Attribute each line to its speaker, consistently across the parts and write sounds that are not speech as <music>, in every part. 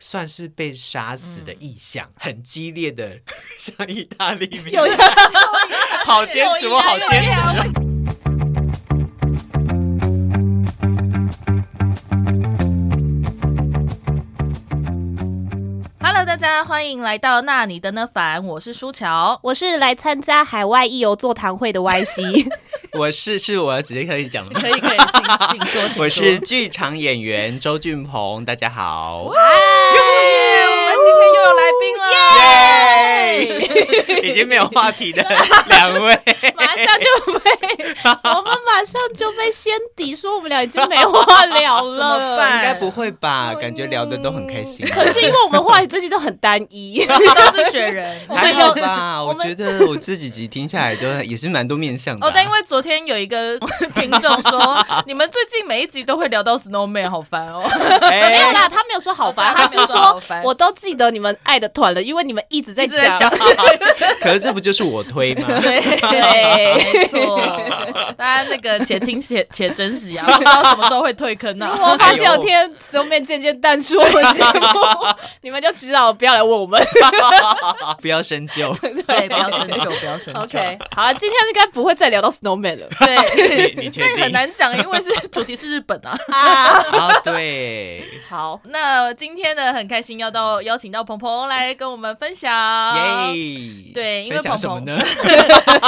Speaker 1: 算是被杀死的意象，很激烈的，像意大利面，
Speaker 2: 有
Speaker 1: 好坚持，我好坚持。
Speaker 3: Hello，大家欢迎来到那你的那凡，我是舒乔。
Speaker 2: 我是来参加海外义游座谈会的
Speaker 3: <laughs>
Speaker 2: Y C，
Speaker 1: 我是是我直接可以讲了吗，
Speaker 3: 可以可以，请请说，请说。
Speaker 1: 我是剧场演员周俊鹏，大家好。
Speaker 3: 耶我们今天又有来宾了，
Speaker 1: 已经没有话题的两位，
Speaker 2: 马上就被我们马上就被掀底，说我们俩已经没话聊了，
Speaker 3: 怎么办
Speaker 1: 应该不会吧？啊感觉聊的都很开心。啊
Speaker 2: 可是因为我们话题最近都很单一，
Speaker 3: 都是雪人。 <laughs>
Speaker 1: 还好吧？
Speaker 2: 我
Speaker 1: 我
Speaker 2: 们
Speaker 1: 觉得我这几集听下来都也是蛮多面向的啊。
Speaker 3: 哦，但因为昨天有一 <laughs> 个听众说，你们最近每一集都会聊到 Snowman，好烦 <laughs> 哦。
Speaker 1: 哎
Speaker 2: 没有啦，他没有说好烦，
Speaker 3: 哦他
Speaker 2: 他
Speaker 3: 没有
Speaker 2: 是
Speaker 3: 说好
Speaker 2: 说
Speaker 3: 烦
Speaker 2: 我都记得你们爱的团了，因为你们一直在
Speaker 3: 一直在
Speaker 2: 讲，
Speaker 1: 可是这不就是我推吗？
Speaker 3: 对，没错，大家那个且听且且珍惜啊，不知道什么时候会退坑 <laughs> 呢、
Speaker 2: 我
Speaker 3: 啊。
Speaker 2: 发现有天都面渐渐淡出我们节目，你们就知道不要来问
Speaker 3: <laughs>
Speaker 2: 我们。
Speaker 1: <laughs> 不要深究，
Speaker 3: 对，不要深究，不要深究。
Speaker 2: OK，好啊，今天应该不会再聊到 Snowman 了
Speaker 3: 对，
Speaker 1: 你你确
Speaker 3: 但
Speaker 1: 定
Speaker 3: 很难讲，因为是主题是日本啊。
Speaker 2: 啊。
Speaker 1: 啊，对，
Speaker 2: <laughs> 好，
Speaker 3: 那今天呢，很开心要到邀请到鹏鹏来跟我们分享。
Speaker 1: 耶，
Speaker 3: 对因为
Speaker 1: 分享
Speaker 3: 鹏鹏
Speaker 1: 什么呢？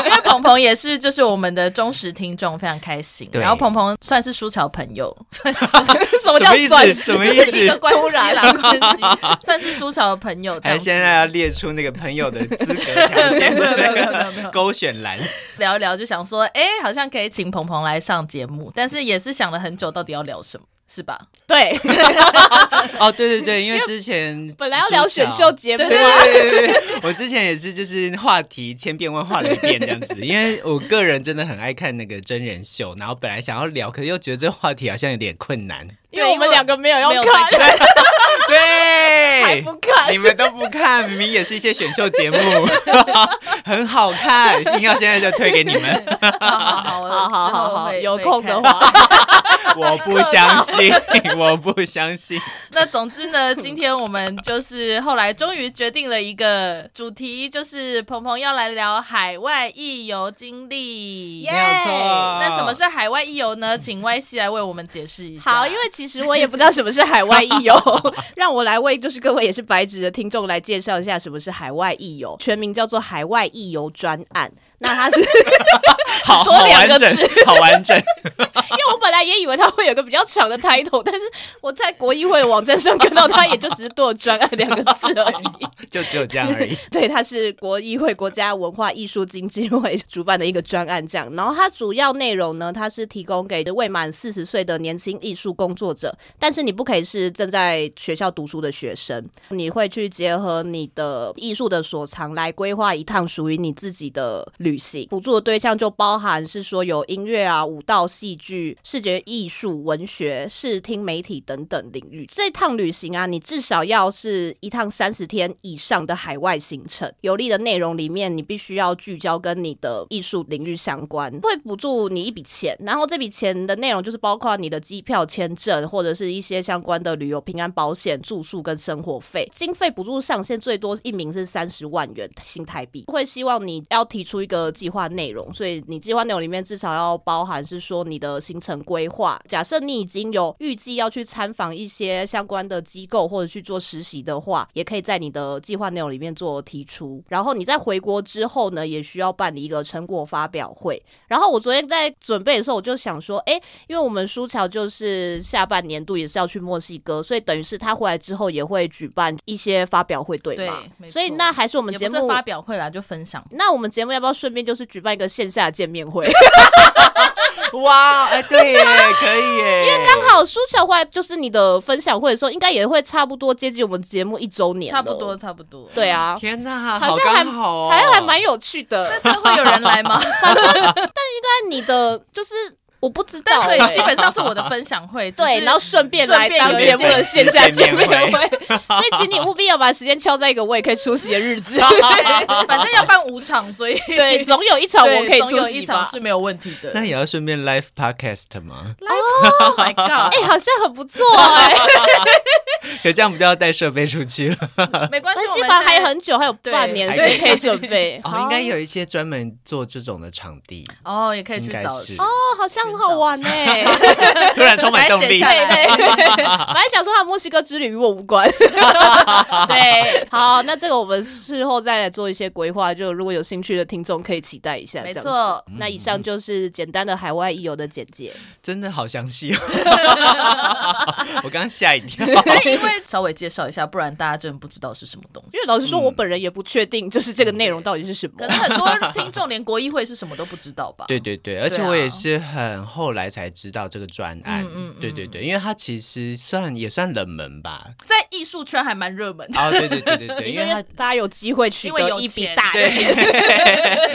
Speaker 3: 因为鹏鹏也是就是我们的忠实听众，非常开心。
Speaker 1: 对
Speaker 3: 然后鹏鹏算是舒乔朋友，算是
Speaker 2: 什么叫
Speaker 1: 意
Speaker 2: 算
Speaker 1: 思？
Speaker 2: 是
Speaker 1: 什么意
Speaker 3: 就是一个
Speaker 1: 思？
Speaker 3: 关系
Speaker 2: 突
Speaker 3: 啦，关系算是舒乔的朋友这
Speaker 1: 还
Speaker 3: 样
Speaker 1: 是
Speaker 3: 子。
Speaker 1: 现在要列出那个朋友的资格条
Speaker 3: <laughs> 没有
Speaker 1: 件
Speaker 3: 没有没有没有
Speaker 1: 的
Speaker 3: 没有没
Speaker 1: 那个
Speaker 3: 有
Speaker 1: 勾选
Speaker 3: <laughs>
Speaker 1: 栏，
Speaker 3: 聊一聊，就想说，哎、好像可以请鹏鹏来上节目，但是也是想了很久，到底要聊什么，是吧？
Speaker 2: 对，
Speaker 1: 哦，对对对，因为之前
Speaker 2: 本来要聊选秀，节目
Speaker 3: 对
Speaker 1: 对
Speaker 2: 啊，
Speaker 1: 对对对对，我之前也是就是话题千变万化了一遍这样子，因为我个人真的很爱看那个真人秀，然后本来想要聊，可是又觉得这话题好像有点困
Speaker 3: <laughs>
Speaker 1: 难，
Speaker 2: 因为我们两个没有要
Speaker 3: 没有在
Speaker 2: 看，
Speaker 3: 看，
Speaker 2: 还
Speaker 1: 对，
Speaker 2: 不看
Speaker 1: 你。们都不看，明明也是一些选秀
Speaker 2: <laughs>
Speaker 1: 节目，很好看，硬要现在就推给你们，
Speaker 2: <laughs>
Speaker 3: 好好好，我
Speaker 2: 好好
Speaker 3: 之后
Speaker 2: 好好，
Speaker 3: 会
Speaker 2: 有
Speaker 3: 会
Speaker 2: 空的
Speaker 3: 看
Speaker 2: 话，
Speaker 1: 我不相信，我不相信。
Speaker 3: 那总之呢，今天我们就是后来终于决定了一个主题，就是鹏鹏要来聊海外义游经历。
Speaker 2: <laughs> 耶
Speaker 1: 没有错。啊
Speaker 3: 那什么是海外义游呢？请 Y C 来为我们解释一下。
Speaker 2: 好，因为其实我也不知道什么是海外义游，让我来为就是各位也是白纸的听众来介绍一下什么是海外义游，全名叫做海外义游专案。那它是 <laughs>
Speaker 1: 好
Speaker 2: 多
Speaker 1: 好
Speaker 2: 两
Speaker 1: 完
Speaker 2: 个
Speaker 1: 整，好完整。 <laughs>
Speaker 2: 因为我本来也以为它会有个比较长的 title，但是我在国议会的网站上看到它也就只是多了“专案”两个字而已。
Speaker 1: 就只有这样而已。
Speaker 2: <laughs> 对，它是国议会国家文化艺术基金会 <laughs> 主办的一个专案，这样。然后它主要内容呢，它是提供给未满四十岁的年轻艺术工作者，但是你不可以是正在学校读书的学生，你会去结合你的艺术的所长来规划一趟属于你自己的旅行。补助的对象就包含是说有音乐啊、舞蹈、戏剧、视觉艺术、文学、视听媒体等等领域。这趟旅行啊，你至少要是一趟三十天以上的海外行程。有利的内容里面，你必须要聚焦跟你的艺术领域相关，会补助你一笔钱，然后这笔钱的内容就是包括你的 <laughs> 机票、签证或者是一些相关的旅游、平安保险、住宿跟生活费。经费补助上限最多一名是三十万元新台币。会希望你要提出一个计划内容，所以你计划内容里面至少要包含是说你的行程规划。假设你已经有预计要去参访一些相关的机构或者去做实习的话，也可以在你的计划内容里面做提出。然后你在回国之后呢，也需要办理一个成果发表会。然后我昨天在准备的时候，我就想说，诶，因为我们书桥就是下半年度也是要去墨西哥，所以等于是他回来之后也会举办一些发表会，对吗
Speaker 3: 对？没错
Speaker 2: 所以那还是我们
Speaker 3: 也
Speaker 2: 节
Speaker 3: 不
Speaker 2: 目
Speaker 3: 是发表会啦，就分享。
Speaker 2: 那我们节目要不要顺便就是举办一个线下见面
Speaker 3: <laughs>
Speaker 2: 会？
Speaker 1: 哇，哎，对耶，可以耶，因为
Speaker 2: 刚好苏乔回来就是你的分享会的时候，应该也会差不多接近我们节目一周年，
Speaker 3: 差不多，。差不多。，
Speaker 2: 对啊，
Speaker 1: 天哪，
Speaker 2: 好
Speaker 1: 好
Speaker 2: 像还
Speaker 1: 刚好哦，
Speaker 3: <laughs>
Speaker 2: 还还蛮有趣的。 <laughs>
Speaker 3: 会有人来吗？
Speaker 2: 但你的就是我不知道、
Speaker 3: 但所
Speaker 2: 欸，
Speaker 3: 以基本上是我的分享会，只
Speaker 2: 对，
Speaker 3: 是
Speaker 2: 然后顺便来
Speaker 3: 顺便
Speaker 2: 当
Speaker 3: 有一
Speaker 2: 节目的
Speaker 1: 点
Speaker 2: 线下见
Speaker 1: 见
Speaker 2: 面
Speaker 1: 面
Speaker 2: 会
Speaker 1: 会，
Speaker 2: <laughs> 所以请你务必要把时间敲在一个我也可以出席的日子。
Speaker 3: 对反正要办五场，所以
Speaker 2: <laughs> 对，总有一场我
Speaker 3: 对
Speaker 2: 可以
Speaker 3: 总
Speaker 2: 出
Speaker 3: 有
Speaker 2: 席
Speaker 3: 一场
Speaker 2: 吧
Speaker 3: 是。没有问题的。
Speaker 1: <laughs> 那也要顺便 live podcast 吗？
Speaker 3: Oh my god！
Speaker 2: 哎、好像很不 <laughs> 错哎、
Speaker 1: 可这样不就要带设备出去了？
Speaker 3: 哎没关系，
Speaker 2: 但
Speaker 3: 我
Speaker 2: 西
Speaker 3: 们
Speaker 2: 方
Speaker 3: 是
Speaker 2: 还很久，还有半年
Speaker 1: 对
Speaker 2: 时间可以准备。
Speaker 1: 哦，
Speaker 2: 好
Speaker 1: 应该有一些专门做这种的场地，
Speaker 3: 哦，也可以
Speaker 1: 应
Speaker 3: 去
Speaker 1: 该
Speaker 3: 找
Speaker 1: 是。
Speaker 2: 哦，好像很好 <laughs> 玩哎、
Speaker 1: 突然充满
Speaker 2: <laughs>
Speaker 1: 动
Speaker 3: 来写
Speaker 1: 力
Speaker 3: 下。来
Speaker 2: 对对，本来想说他墨西哥之旅与我无 <laughs> 关。 <laughs>
Speaker 3: 对，
Speaker 2: 好，那这个我们事后再来做一些规划，就如果有兴趣的听众可以期待一下。
Speaker 3: 没
Speaker 2: 这样子。
Speaker 3: 错。
Speaker 2: 那以上就是简单的海外一游的简介。
Speaker 1: 真的好详 <laughs> 细哦！我刚刚吓一跳。
Speaker 3: 那因为稍微介绍一下，不然大家真的不知道是什么东西
Speaker 2: 因。为老实说，我本人也不确定，就是这个内容到底是什么
Speaker 3: 可。能很多听众连国议会是什么都不知道吧？
Speaker 1: <laughs> 对对对，而且
Speaker 3: 对啊
Speaker 1: 我也是很后来才知道这个专案。对对对，因为它其实算也算冷门吧。
Speaker 3: <laughs> 在艺术圈还蛮热门的。
Speaker 1: 哦，对对对对对， <laughs>
Speaker 2: 你
Speaker 1: 因
Speaker 2: 说
Speaker 1: 为
Speaker 2: 因为大家有机会取
Speaker 3: 因为
Speaker 2: 得
Speaker 3: 有
Speaker 2: 一笔
Speaker 3: 钱
Speaker 2: 大
Speaker 3: 对
Speaker 2: 钱，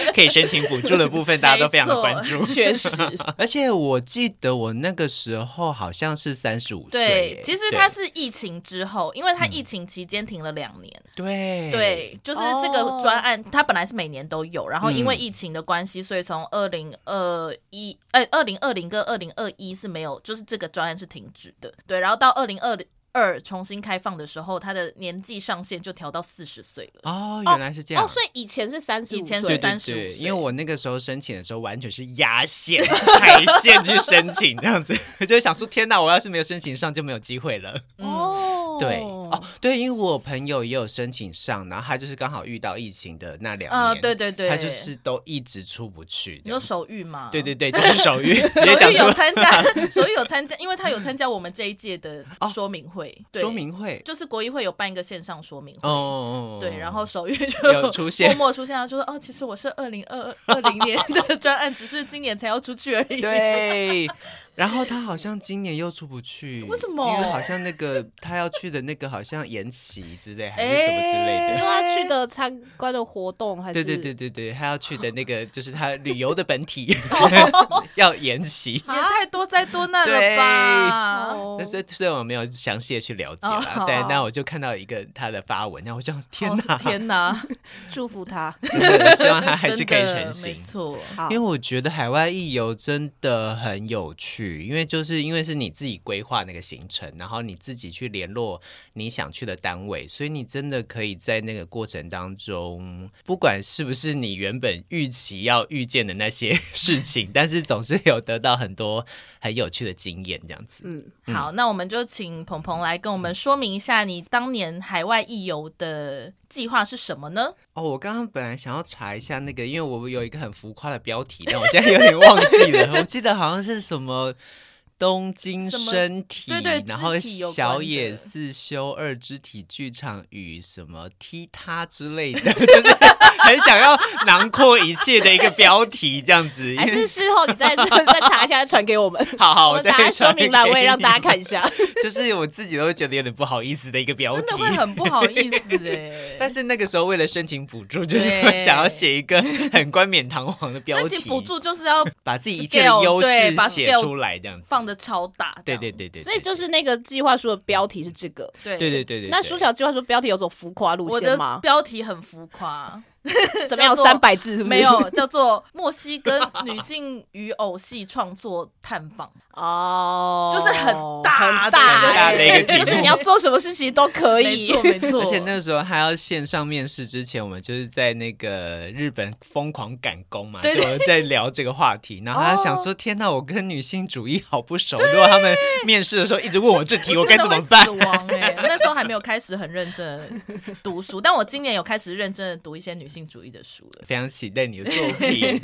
Speaker 1: 它 <laughs> 可以申请补助的部分，大家都 <laughs> 非常的关注。
Speaker 2: 确实。
Speaker 1: 而且我记得我那个时候好像是三十五岁耶。
Speaker 3: 对，其实它是疫情之后，因为它疫情期间停了两年。
Speaker 1: 嗯对
Speaker 3: 对，就是这
Speaker 2: 哦
Speaker 3: 个专案，它本来是每年都有，然后因为
Speaker 1: 嗯
Speaker 3: 疫情的关系，所以从二零二一，呃，二零二零跟二零二一是没有，就是这个专案是停止的。对，然后到二零二二重新开放的时候，它的年纪上限就调到四十岁了。
Speaker 1: 哦，原来是这样。
Speaker 2: 哦，所以以前是三十
Speaker 3: 以
Speaker 2: 五
Speaker 3: 前
Speaker 1: 对
Speaker 2: 岁
Speaker 3: 是，
Speaker 1: 对
Speaker 3: 35岁
Speaker 1: 对，因为我那个时候申请的时候，完全是压线、踩线去申请，这样
Speaker 3: <laughs>
Speaker 1: 子，就想说天哪，我要是没有申请上就没有机会了。
Speaker 2: 哦
Speaker 1: 对哦，对，因为我朋友也有申请上，然后他就是刚好遇到疫情的那两年，
Speaker 3: 呃，对对对，
Speaker 1: 他就是都一直出不去。
Speaker 3: 你说手语嘛？
Speaker 1: 对对
Speaker 3: <laughs>
Speaker 1: 对，就是手语，直接
Speaker 3: 手
Speaker 1: 讲
Speaker 3: 语
Speaker 1: 出
Speaker 3: 有
Speaker 1: 来 <laughs>
Speaker 3: 参加，手语有参加，因为他有参加我们这一届的呃
Speaker 1: 哦
Speaker 3: 说明会，对，
Speaker 1: 说明会。
Speaker 3: 就是国议会有办一个线上说明会。
Speaker 1: 哦哦，哦
Speaker 3: 对，然后手语
Speaker 1: <laughs> 有
Speaker 3: 就
Speaker 1: 出现
Speaker 3: 默默出现，他就说：“哦，其实我是二零二二零年的专案，只是今年才要出去而已。”，
Speaker 1: 对，然后他好像今年又出不去，
Speaker 3: 为什么
Speaker 1: 因为好像那个他要去的那个好像延期之类，还是什么之类
Speaker 3: 哎
Speaker 1: 的。
Speaker 2: 因为他去的参观的活动还
Speaker 1: 对
Speaker 2: 是
Speaker 1: 对对对对，他要去的那个就是他旅游的本
Speaker 3: <laughs>
Speaker 1: 体
Speaker 3: 哦
Speaker 1: <laughs> 要延期，
Speaker 3: 也太多灾多难了
Speaker 1: 对
Speaker 3: 吧？
Speaker 2: 哦
Speaker 1: 但是虽然我没有详细的去了解
Speaker 3: 哦
Speaker 1: 啦，但那我就看到一个他的发文，然后我就想天哪，
Speaker 3: 哦天哪，
Speaker 2: 祝福他。
Speaker 1: 真的希望他 <laughs> 还是
Speaker 3: <laughs> 真
Speaker 1: 可以
Speaker 3: 的
Speaker 1: 成型
Speaker 3: 没。错，
Speaker 2: 好
Speaker 1: 因为我觉得海外艺游真的很有趣，因为就是因为是你自己规划那个行程，然后你自己去联络你想去的单位，所以你真的可以在那个过程当中，不管是不是你原本预期要遇见的那些 <laughs> 事情，但是总是有得到很多很有趣的经验，这样子。
Speaker 2: 嗯，
Speaker 3: 好，那我们就请鹏鹏来跟我们说明一下，你当年海外一游的计划是什么呢？
Speaker 1: 哦，我刚刚本来想要查一下那个，因为我有一个很浮夸的标题，但我现在有点忘记了。我记得好像是什么东京
Speaker 3: 什么
Speaker 1: 身体，
Speaker 3: 对对
Speaker 1: 然后
Speaker 3: 肢体有关
Speaker 1: 小
Speaker 3: 的
Speaker 1: 野寺修二肢体剧场与什么踢踏之类的， <laughs> 就是很想要囊括一切的一个标题这样子。因
Speaker 2: 还是
Speaker 1: 为
Speaker 2: 事后你 <laughs> 再再查一下，再传给 <laughs> 我们。
Speaker 1: 好好，
Speaker 2: 我
Speaker 1: 我
Speaker 2: 们
Speaker 1: 再
Speaker 2: 打在说
Speaker 1: 传
Speaker 2: 明
Speaker 1: 给
Speaker 2: 栏位让
Speaker 1: 你
Speaker 2: 大家看一 <laughs> 下。
Speaker 1: <laughs> 就是我自己都会觉得有点不好意思的一个标
Speaker 3: 真
Speaker 1: 题
Speaker 3: 的。会很不好意
Speaker 1: <laughs>
Speaker 3: 思哎、
Speaker 1: 但是那个时候为了申请补助，就是
Speaker 3: 对
Speaker 1: 会想要写一个很冠冕堂皇的标
Speaker 3: 申
Speaker 1: 题。
Speaker 3: 请补助就是要
Speaker 1: 把自己一切的优
Speaker 3: Scale，
Speaker 1: 势
Speaker 3: 对把
Speaker 1: 写
Speaker 3: scale
Speaker 1: 出来，这样子。
Speaker 3: 放的超
Speaker 1: <laughs>
Speaker 3: 大，这
Speaker 1: 对
Speaker 3: 样
Speaker 1: 对对对，
Speaker 2: 所以就
Speaker 1: 对
Speaker 2: 是那个计划书的标题是这个。
Speaker 3: 对
Speaker 1: 对对对对。
Speaker 2: 那
Speaker 1: 对
Speaker 2: 舒小计划书标题有种浮夸路
Speaker 3: 我
Speaker 2: 线
Speaker 3: 的
Speaker 2: 吗？
Speaker 3: 标题很浮
Speaker 1: <laughs>
Speaker 3: 夸，
Speaker 2: 怎么样？
Speaker 3: 叫做
Speaker 2: 三百字是不是？，
Speaker 3: 没有叫做《墨西哥女性与偶戏创作
Speaker 1: <laughs>
Speaker 3: 探访》
Speaker 2: 哦，
Speaker 3: 就是很大
Speaker 2: 很
Speaker 1: 很
Speaker 2: 大
Speaker 1: 大的一个题目
Speaker 2: 就是你要做什么事情都可
Speaker 3: 没
Speaker 2: 以。
Speaker 3: 错没错，
Speaker 1: 而且那时候还要线上面试之前，我们就是在那个日本疯狂赶工嘛，就
Speaker 3: 对对哦
Speaker 1: 在聊这个话
Speaker 3: <laughs>
Speaker 1: 题。然后他想说：“天哪，我跟女性主义好不熟，如果他们面试的时候一直问我这题，我该怎么办
Speaker 3: <laughs> 真的会死亡哎、那时候还没有开始很认真地读书，但我今年有开始认真的读一些女性主义的书
Speaker 1: <laughs>
Speaker 3: 了？”。
Speaker 1: 非常期待你的作品。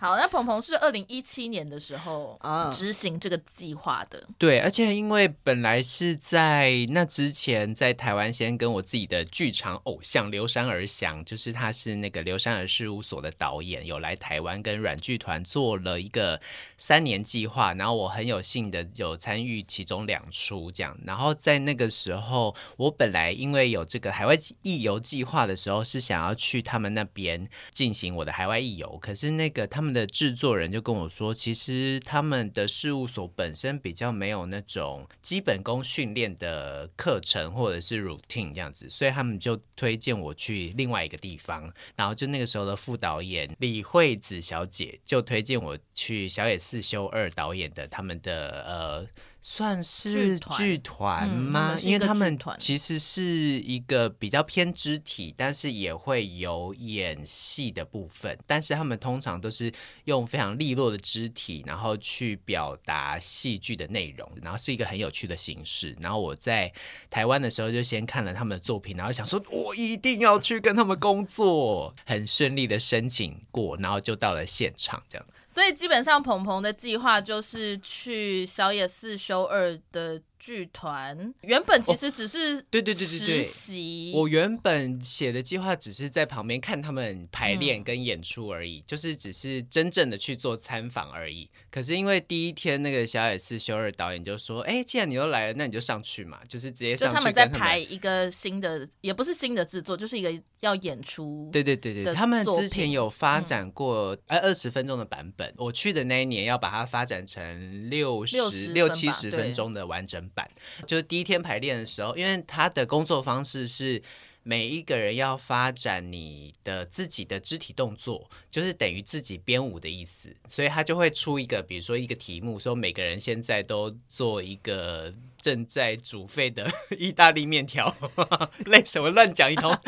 Speaker 3: 好，那鹏鹏是二零一七年的时候
Speaker 2: 啊
Speaker 3: 执行这个计划的，
Speaker 1: 对，而且因为本来是在那之前，在台湾先跟我自己的剧场偶像刘山儿祥，就是他是那个刘山儿事务所的导演，有来台湾跟软剧团做了一个三年计划，然后我很有幸的有参与其中两出这样，然后在那个时候，我本来因为有这个海外艺游计划的时候，是想想要去他们那边进行我的海外义游，可是那个他们的制作人就跟我说，其实他们的事务所本身比较没有那种基本功训练的课程或者是 routine 这样子，所以他们就推荐我去另外一个地方，然后就那个时候的副导演李惠子小姐就推荐我去小野四修二导演的他们的呃。算是
Speaker 3: 剧团
Speaker 1: 剧团
Speaker 3: 嗯
Speaker 1: 吗
Speaker 3: 他们？是一
Speaker 1: 因为
Speaker 3: 个
Speaker 1: 他
Speaker 3: 剧
Speaker 1: 们
Speaker 3: 团
Speaker 1: 其实是一个比较偏肢体，但是也会有演戏的部分。但是他们通常都是用非常利落的肢体，然后去表达戏剧的内容，然后是一个很有趣的形式。然后我在台湾的时候就先看了他们的作品，然后想说我一定要去跟他们工作，很顺利的申请过，然后就到了现场这样。
Speaker 3: 所以基本上鹏鹏的计划就是去小野四修二的剧团，原本其实只是、
Speaker 1: 哦对对对对对
Speaker 3: 实习。
Speaker 1: 我原本写的计划只是在旁边看他们排
Speaker 3: 嗯
Speaker 1: 练跟演出而已，就是只是真正的去做参访而已。可是因为第一天那个小野寺修二导演就说：“哎、既然你都来了，那你就上去嘛，就是直接
Speaker 3: 就
Speaker 1: 上去。”
Speaker 3: 他们在排。一个新的，也不是新的制作，就是一个要演出。
Speaker 1: 对对对对，
Speaker 3: 的
Speaker 1: 他们
Speaker 3: 作
Speaker 1: 之前
Speaker 3: 品嗯
Speaker 1: 有发展过呃二十分钟的版本，我去的那一年要把它发展成六十
Speaker 3: 60
Speaker 1: 六
Speaker 3: 分
Speaker 1: 七
Speaker 3: 吧
Speaker 1: 十
Speaker 3: 对
Speaker 1: 分钟的完整版。就是第一天排练的时候，因为他的工作方式是每一个人要发展你的自己的肢体动作，就是等于自己编舞的意思，所以他就会出一个，比如说一个题目，说每个人现在都做一个正在煮沸的 <laughs> 意大利面条， <laughs> 类似我乱讲一通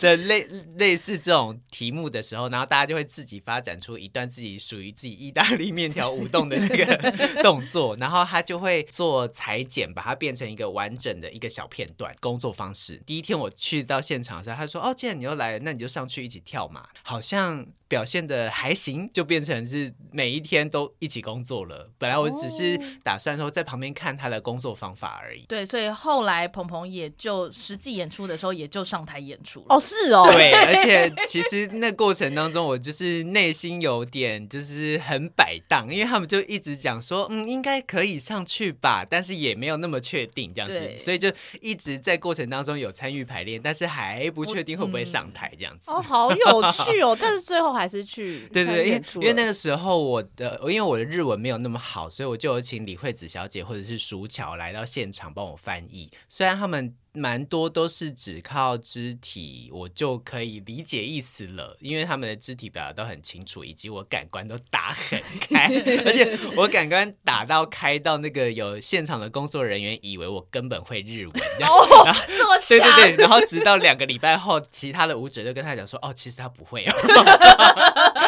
Speaker 1: 的类类似这种题目的时候，然后大家就会自己发展出一段自己属于自己意大利面条舞动的那个动作，然后他就会做裁剪，把它变成一个完整的一个小片段工作方式。第一天我去到现场的时候，他说：“哦，既然你又来了，那你就上去一起跳嘛。”好像表现的还行，就变成是每一天都一起工作了。本来我只是打算说在旁边看他的工作方法而已。
Speaker 3: 对所以后来鹏鹏也就实际演出的时候，也就上台演出了。
Speaker 2: 哦，是哦，
Speaker 1: 对，而且其实那过程当中，我就是内心有点就是很摆荡，因为他们就一直讲说，嗯，应该可以上去吧，但是也没有那么确定这样
Speaker 3: 对
Speaker 1: 子，所以就一直在过程当中有参与排练，但是还不确定会不会上台这样子。
Speaker 4: 哦，好有趣
Speaker 1: <laughs>
Speaker 4: 哦！但是最后还是去
Speaker 1: 对对对，
Speaker 4: 看
Speaker 1: 因为
Speaker 4: 演出
Speaker 1: 因为那
Speaker 4: 了
Speaker 1: 个时候我的，因为我的日文没有那么好，所以我就有请李惠子小姐或者是淑巧来到现场帮我翻译。虽然他们蛮多都是只靠肢体，我就可以理解意思了，因为他们的肢体表达都很清楚，以及我感官都打很开，而且我感官打到开到那个有现场的工作人员以为我根本会日文，这样
Speaker 4: 这
Speaker 3: <laughs>
Speaker 4: 么
Speaker 1: 对对
Speaker 4: 强
Speaker 1: 对，然后直到两个礼拜后，其他的舞者就跟他讲说，哦，其实他不会哦，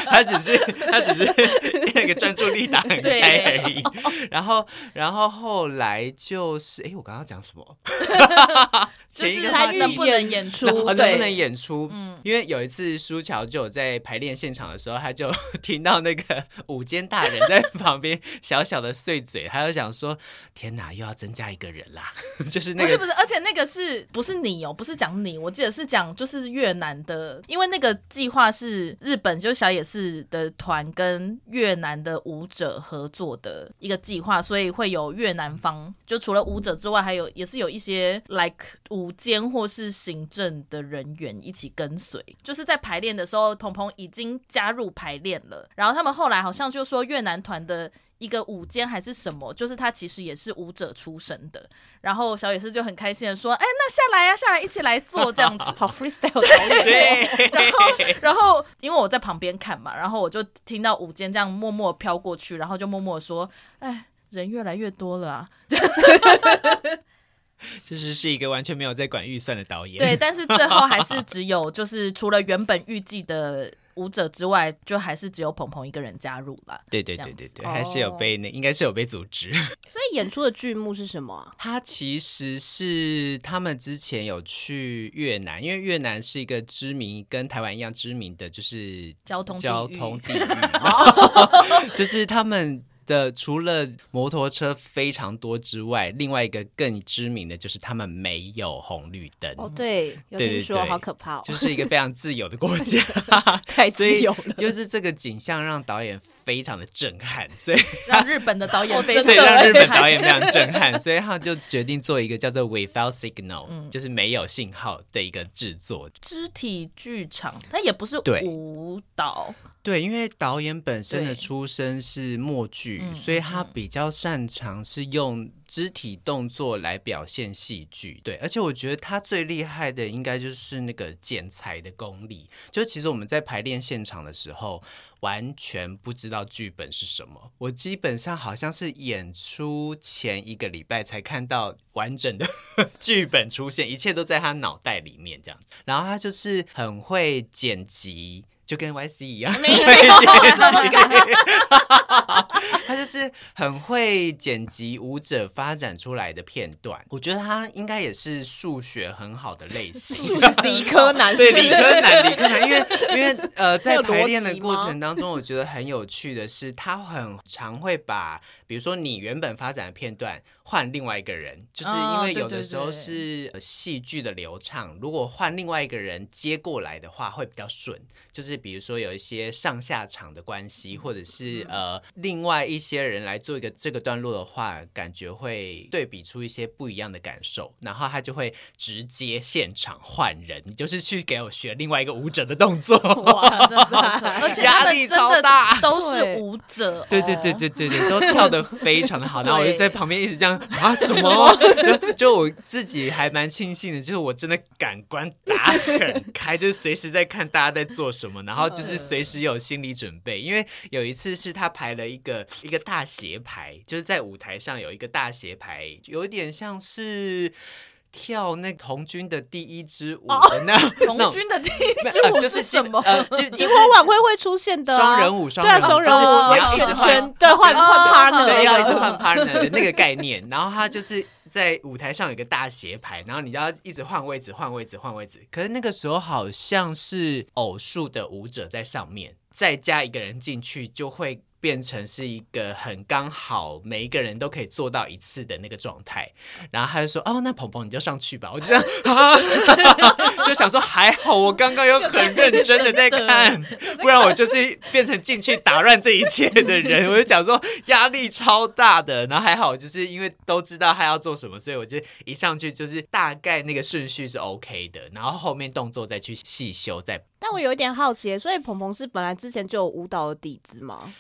Speaker 1: <laughs> 他只是他只是那个专注力打很开而已。然后然后后来就是，哎，我刚刚讲什
Speaker 3: <laughs>
Speaker 1: 么？
Speaker 3: 就
Speaker 1: 前一
Speaker 3: 是
Speaker 1: 个
Speaker 3: 他
Speaker 1: 话
Speaker 4: 参与
Speaker 1: 题
Speaker 3: 能不能演
Speaker 1: <laughs>
Speaker 3: 出
Speaker 1: 然后，能不能
Speaker 3: 对，
Speaker 1: 演出？嗯，因为有一次舒乔就有在排练现场的时候，他就听到那个午间大人在旁边小小的碎嘴，他就想说：天哪，又要增加一个人啦！ <laughs> 就是那
Speaker 3: 不是不
Speaker 1: 个。
Speaker 3: 是，而且那个是不是你哦？不是讲你，我记得是讲就是越南的，因为那个计划是日本就是小野寺的团跟越南的舞者合作的一个计划，所以会有越南方，就除了舞者之外，还有也是有一些 like 舞监或是行政的人员一起跟随，就是在排练的时候，鹏鹏已经加入排练了，然后他们后来好像就说越南团的。一个舞监还是什么，就是他其实也是舞者出身的，然后小野师就很开心的说：“哎，那下来呀、下来一起来做这样
Speaker 1: <laughs>
Speaker 3: 子。”
Speaker 4: 好 freestyle 的
Speaker 1: 对，
Speaker 3: 然后因为我在旁边看嘛，然后我就听到午间这样默默飘过去，然后就默默地说：“哎，人越来越多了啊。
Speaker 1: 就是是一个完全没有在管预算的导”演。
Speaker 3: 对，但是最后还是只有就是除了原本预计的舞者之外，就还是只有鹏鹏一个人加入了。
Speaker 1: 对 <laughs> 对
Speaker 3: 这样
Speaker 1: 对
Speaker 3: 子哦
Speaker 1: 对对，还是有被那应该是有被组织。
Speaker 2: 所以演出的剧目是什么啊？
Speaker 1: 他其实是他们之前有去越南，因为越南是一个知名跟台湾一样知名的就是
Speaker 3: 交通地狱
Speaker 1: 交通
Speaker 3: <laughs>
Speaker 1: 地狱， <laughs> 就是他们。的除了摩托车非常多之外，另外一个更知名的就是他们没有红绿灯，
Speaker 2: 哦，对，有
Speaker 1: 对
Speaker 2: 听
Speaker 1: 对嗯
Speaker 2: 说，
Speaker 1: 对
Speaker 2: 好可怕
Speaker 3: <laughs>
Speaker 2: 哦
Speaker 1: 就，是一个非常自由的国家。
Speaker 2: 太
Speaker 1: 所
Speaker 2: 自
Speaker 1: 以
Speaker 2: <laughs> 由了。
Speaker 1: 就是这个景象让导演非常的震撼，所以
Speaker 3: 让日本的导演非
Speaker 1: <laughs> 对哦
Speaker 3: 常
Speaker 1: 让日
Speaker 3: 震
Speaker 1: 本导
Speaker 3: 撼。
Speaker 1: 演非常震撼，所以他就决定做一个叫做 Without Signal，、就是没有信号的一个制作。
Speaker 3: 肢体剧场，它也不是
Speaker 1: 对
Speaker 3: 舞蹈，
Speaker 1: 对，因为导演本身的
Speaker 3: 对
Speaker 1: 出身是默剧，
Speaker 3: 嗯
Speaker 1: 所以他
Speaker 3: 嗯
Speaker 1: 比较擅长是用肢体动作来表现戏剧。对，而且我觉得他最厉害的应该就是那个剪裁的功力。就其实我们在排练现场的时候，完全不知道剧本是什么。我基本上好像是演出前一个礼拜才看到完整的剧本出现，一切都在他脑袋里面这样子。然后他就是很会剪辑，就跟 YC 一样，没有他就是很会剪辑舞者发展出来的片段。我觉得他应该也是数学很好的类型。
Speaker 2: 理科男
Speaker 1: 对
Speaker 2: 是
Speaker 1: 理科男，
Speaker 2: <laughs>
Speaker 1: 理科男，因为因为呃，在排练的
Speaker 4: 还有逻辑吗
Speaker 1: 过程当中，我觉得很有趣的是，他很常会把，比如说你原本发展的片段换另外一个人，就是因
Speaker 3: 哦
Speaker 1: 为
Speaker 3: 对
Speaker 1: 有的
Speaker 3: 对
Speaker 1: 时候
Speaker 3: 对
Speaker 1: 是呃戏剧的流畅，如果换另外一个人接过来的话，会比较顺。就是比如说有一些上下场的关系，或者是
Speaker 3: 嗯
Speaker 1: 呃另外一些人来做一个这个段落的话，感觉会对比出一些不一样的感受，然后他就会直接现场换人，你就是去给我学另外一个舞者的动作。
Speaker 4: 哇，真的
Speaker 3: 而且他
Speaker 1: 压
Speaker 3: 们
Speaker 1: 力
Speaker 3: 真
Speaker 1: 超
Speaker 3: 的
Speaker 1: 大
Speaker 3: 都是
Speaker 2: 对
Speaker 3: 舞者。
Speaker 1: 对对对
Speaker 3: 哦
Speaker 1: 对对对，都跳得非常的
Speaker 3: <laughs>
Speaker 1: 好，然后我就
Speaker 3: 对
Speaker 1: 在旁边一直这样啊什
Speaker 3: <laughs>
Speaker 1: 么， <laughs> 就就我自己还蛮庆幸的，就是我真的感官打
Speaker 3: <laughs>
Speaker 1: 很开，就是随时在看大家在做什么，然后就是随时有心理准备，因为有一次是他排了一个一个大斜排，就是在舞台上有一个大斜排，有点像是。跳那童军的第一支舞的那
Speaker 3: 哦童
Speaker 1: 那种
Speaker 3: 军的第
Speaker 1: 那
Speaker 3: 一
Speaker 1: 呃
Speaker 3: 支舞
Speaker 1: 就是是
Speaker 3: 什么？
Speaker 1: 呃，
Speaker 3: <laughs>
Speaker 1: 就就
Speaker 2: 萤火晚会会出现的啊
Speaker 1: 双人舞
Speaker 2: 对啊，双
Speaker 1: 双
Speaker 2: 人
Speaker 1: 人舞
Speaker 2: 舞
Speaker 1: 就是你
Speaker 2: 你
Speaker 1: 要一直
Speaker 2: 圈
Speaker 1: 换
Speaker 2: 圈，对，换换
Speaker 3: 哦
Speaker 2: partner，
Speaker 1: 对，要一直
Speaker 2: 的
Speaker 1: 换
Speaker 2: <laughs>
Speaker 1: partner 的那个概念。然后他就是在舞台上有个大斜排，然后你要一直换位置、换位置、换位置。可是那个时候好像是偶数的舞者在上面，再加一个人进去就会。变成是一个很刚好，每一个人都可以做到一次的那个状态，然后他就说：“哦，那鹏鹏你就上去吧。”我就这样，啊、就想说还好我刚刚有很认真的在看，不然我就是变成进去打乱这一切的人。我就讲说压力超大的，然后还好就是因为都知道他要做什么，所以我就一上去就是大概那个顺序是 OK 的，然后后面动作再去细修再。
Speaker 2: 但我有一点好奇，所以鹏鹏是本来之前就有舞蹈的底子
Speaker 1: <laughs>
Speaker 2: 吗？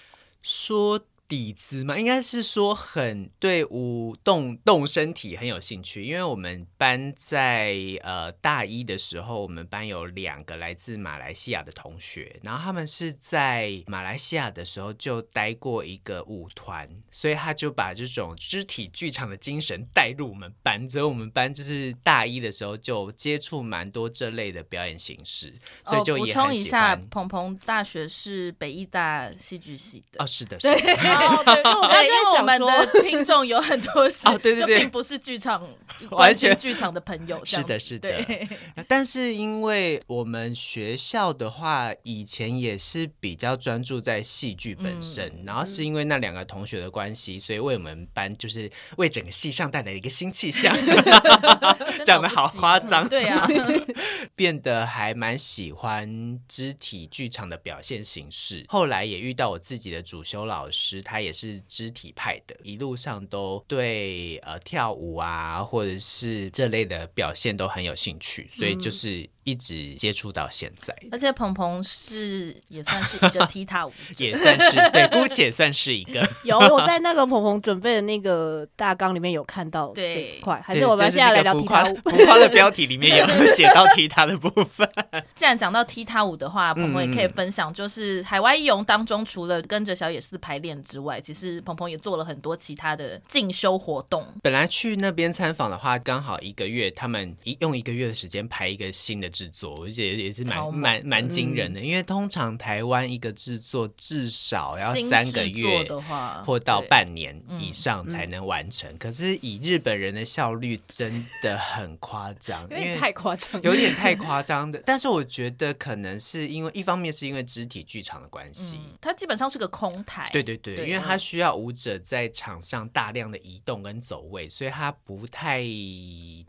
Speaker 1: 说底子嘛，应该是说很对舞动动身体很有兴趣，因为我们班在呃大一的时候，我们班有两个来自马来西亚的同学，然后他们是在马来西亚的时候就待过一个舞团，所以他就把这种肢体剧场的精神带入我们班，所以我们班就是大一的时候就接触蛮多这类的表演形式，所以
Speaker 3: 哦，
Speaker 1: 就
Speaker 3: 补
Speaker 1: 也
Speaker 3: 充
Speaker 1: 很
Speaker 3: 一
Speaker 1: 喜
Speaker 3: 下
Speaker 1: 欢。，
Speaker 3: 鹏鹏大学是北艺大戏剧系的
Speaker 1: 哦，。是的，是
Speaker 3: <laughs>
Speaker 1: <laughs> 的。
Speaker 2: 哦，对，因为我
Speaker 3: 对，
Speaker 2: 刚才
Speaker 3: 因为我
Speaker 2: 在
Speaker 3: 们
Speaker 2: 想说，
Speaker 3: 的 <laughs> 听众有很多是，
Speaker 1: 哦对对对
Speaker 3: 就并不是剧场
Speaker 1: <laughs> 完
Speaker 3: 关
Speaker 1: 全
Speaker 3: 心剧场的朋
Speaker 1: <laughs>
Speaker 3: 友，这样子
Speaker 1: 是的是的 <laughs>
Speaker 3: 对
Speaker 1: 但是因为我们学校的话，以前也是比较专注在戏剧本身，然后是因为那两个同学的关系，所以为我们班就是为整个系上带来一个新气象， <laughs>
Speaker 3: 真
Speaker 1: 讲得
Speaker 3: 了不
Speaker 1: 好
Speaker 3: 起
Speaker 1: 夸
Speaker 2: <laughs>
Speaker 1: 张
Speaker 3: 对啊，
Speaker 1: <laughs> 变得还蛮喜欢肢体剧场的表现形式。后来也遇到我自己的主修老师，他也是肢体派的，一路上都对呃跳舞啊，或者是这类的表现都很有兴趣，所以就是一直接触到现
Speaker 2: <laughs>
Speaker 1: 在。
Speaker 3: 而且鹏鹏是也算是一个踢踏舞者，
Speaker 1: 也算是对，姑且算是一个。
Speaker 2: <laughs>
Speaker 1: <laughs>
Speaker 2: 有我在那个鹏鹏准备的那个大纲里面有看到这一块，还是我们
Speaker 1: 对
Speaker 2: 现在来聊
Speaker 1: 就是
Speaker 2: 踢
Speaker 1: 那
Speaker 2: 踏
Speaker 1: 个
Speaker 2: 舞？
Speaker 1: 浮夸浮夸的标题里面有写到踢踏的部分。
Speaker 3: 既然讲到踢踏舞的话，鹏鹏也可以分享，就是海外义勇当中，除了跟着小野寺排练之外，其实鹏鹏也做了很多其他的进修活动。
Speaker 1: 本来去那边参访的话，刚好一个月，他们一用一个月的时间排一个新的制作，我觉得也是
Speaker 3: 超
Speaker 1: 蛮
Speaker 3: 嗯猛
Speaker 1: 蛮蛮惊人的。因为通常台湾一个制作至少哦要
Speaker 3: 新
Speaker 1: 三个
Speaker 3: 制
Speaker 1: 月
Speaker 3: 作的话，
Speaker 1: 或到
Speaker 3: 对嗯
Speaker 1: 半年以上才能完成，可是以日本人的效率真的很夸
Speaker 3: <laughs>
Speaker 1: 张， <laughs> 因
Speaker 4: 有点
Speaker 2: <laughs>
Speaker 1: 为
Speaker 4: 太夸张了，
Speaker 1: 有点太夸张的，但是我觉得可能是因为一方面是因为肢体剧场的关系，
Speaker 3: 嗯它基本上是个空台，啊
Speaker 1: 对对对，
Speaker 3: 对
Speaker 1: 因为他需要舞者在场上大量的移动跟走位，所以他不太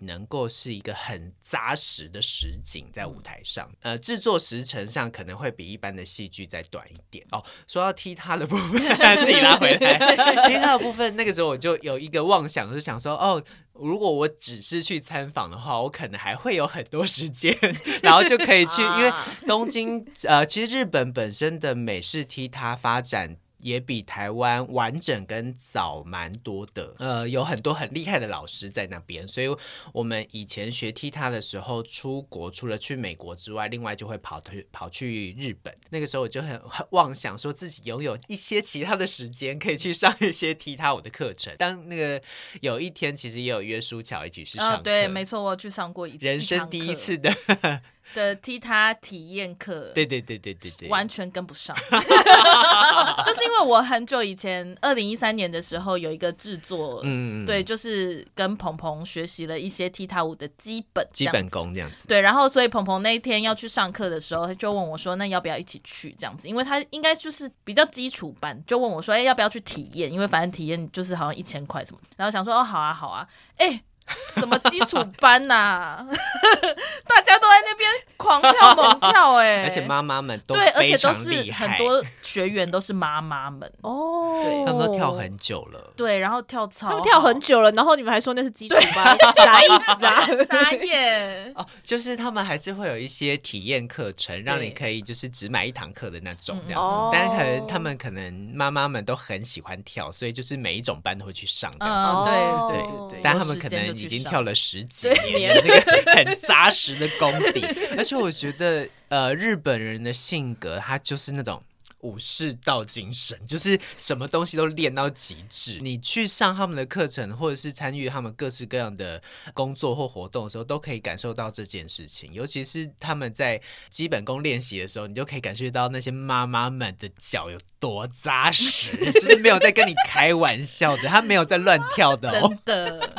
Speaker 1: 能够是一个很扎实的实景在舞台上。呃，制作时程上可能会比一般的戏剧再短一点哦。说到踢踏的部分，自己拉回来，踢踏的部分，那个时候我就有一个妄想，是想说哦。如果我只是去参访的话，我可能还会有很多时间， <laughs> 然后就可以去，因为 <laughs> 东京呃，其实日本本身的美式踢踏发展。也比台湾完整跟早蛮多的，呃，有很多很厉害的老师在那边，所以我们以前学踢踏的时候，出国除了去美国之外，另外就会跑去跑去日本。那个时候我就很 <laughs> 很妄想说自己拥有一些其他的时间，可以去上一些踢踏我的课程。当那个有一天，其实也有约舒乔一起去上
Speaker 3: 啊，
Speaker 1: 课，
Speaker 3: 对，没错，我有去上过一
Speaker 1: 人生第一次的，
Speaker 3: 堂课的踢踏体验课，
Speaker 1: <laughs> 对对对对对对，
Speaker 3: 完全跟不
Speaker 1: <laughs>
Speaker 3: 上， <laughs> 就是因为我很久以前，二零一三年的时候有一个制作，
Speaker 1: 嗯
Speaker 3: 对，就是跟鹏鹏学习了一些踢踏舞的基本，
Speaker 1: 基
Speaker 3: 这样
Speaker 1: 本功这样子，
Speaker 3: 对，然后所以鹏鹏那一天要去上课的时候，他就问我说：“那要不要一起去？”这样子，因为他应该就是比较基础班，就问我说：“哎、要不要去体验？因为反正体验就是好像一千块什么。”然后想说：“哦，好啊，好啊。哎，什么基础班呐、 <laughs> 大家都在那边狂跳猛跳、
Speaker 1: <laughs>
Speaker 3: 哎，
Speaker 1: 而且妈妈们都
Speaker 3: 对，而
Speaker 1: 非
Speaker 3: 且都
Speaker 1: 常
Speaker 3: 是
Speaker 1: 厉
Speaker 3: 很
Speaker 1: 害，
Speaker 3: 多学员都是妈妈们，
Speaker 2: 哦
Speaker 3: 对，
Speaker 1: 他们都跳很久了。
Speaker 3: 对，然后跳操，
Speaker 2: 他们跳很久了，然后你们还说那是基础班，啥意思啊？
Speaker 3: 傻
Speaker 1: <laughs>
Speaker 3: 眼。
Speaker 1: 哦，就是他们还是会有一些体验课程，让你
Speaker 3: 对
Speaker 1: 可以就是只买一堂课的那种
Speaker 3: 嗯
Speaker 1: 这样子。
Speaker 2: 哦
Speaker 1: 但是可能他们可能妈妈们都很喜欢跳，所以就是每一种班都会去上这样子。
Speaker 3: 嗯，
Speaker 2: 哦
Speaker 3: 对
Speaker 1: 对
Speaker 3: 对，
Speaker 1: 但
Speaker 3: 有
Speaker 1: 他们
Speaker 3: 时
Speaker 1: 可
Speaker 3: 间
Speaker 1: 能
Speaker 3: 就
Speaker 1: 已
Speaker 3: 去
Speaker 1: 经
Speaker 3: 上
Speaker 1: 跳了
Speaker 3: <laughs>
Speaker 1: 十几年，那个很扎实的功底。而且我觉得，呃，日本人的性格，他就是那种。武士道精神就是什么东西都练到极致。你去上他们的课程，或者是参与他们各式各样的工作或活动的时候，都可以感受到这件事情。尤其是他们在基本功练习的时候，你就可以感受到那些妈妈们的脚有多扎实，就是没有在跟你开玩笑的，他没有在乱跳的、哦。
Speaker 3: 真的。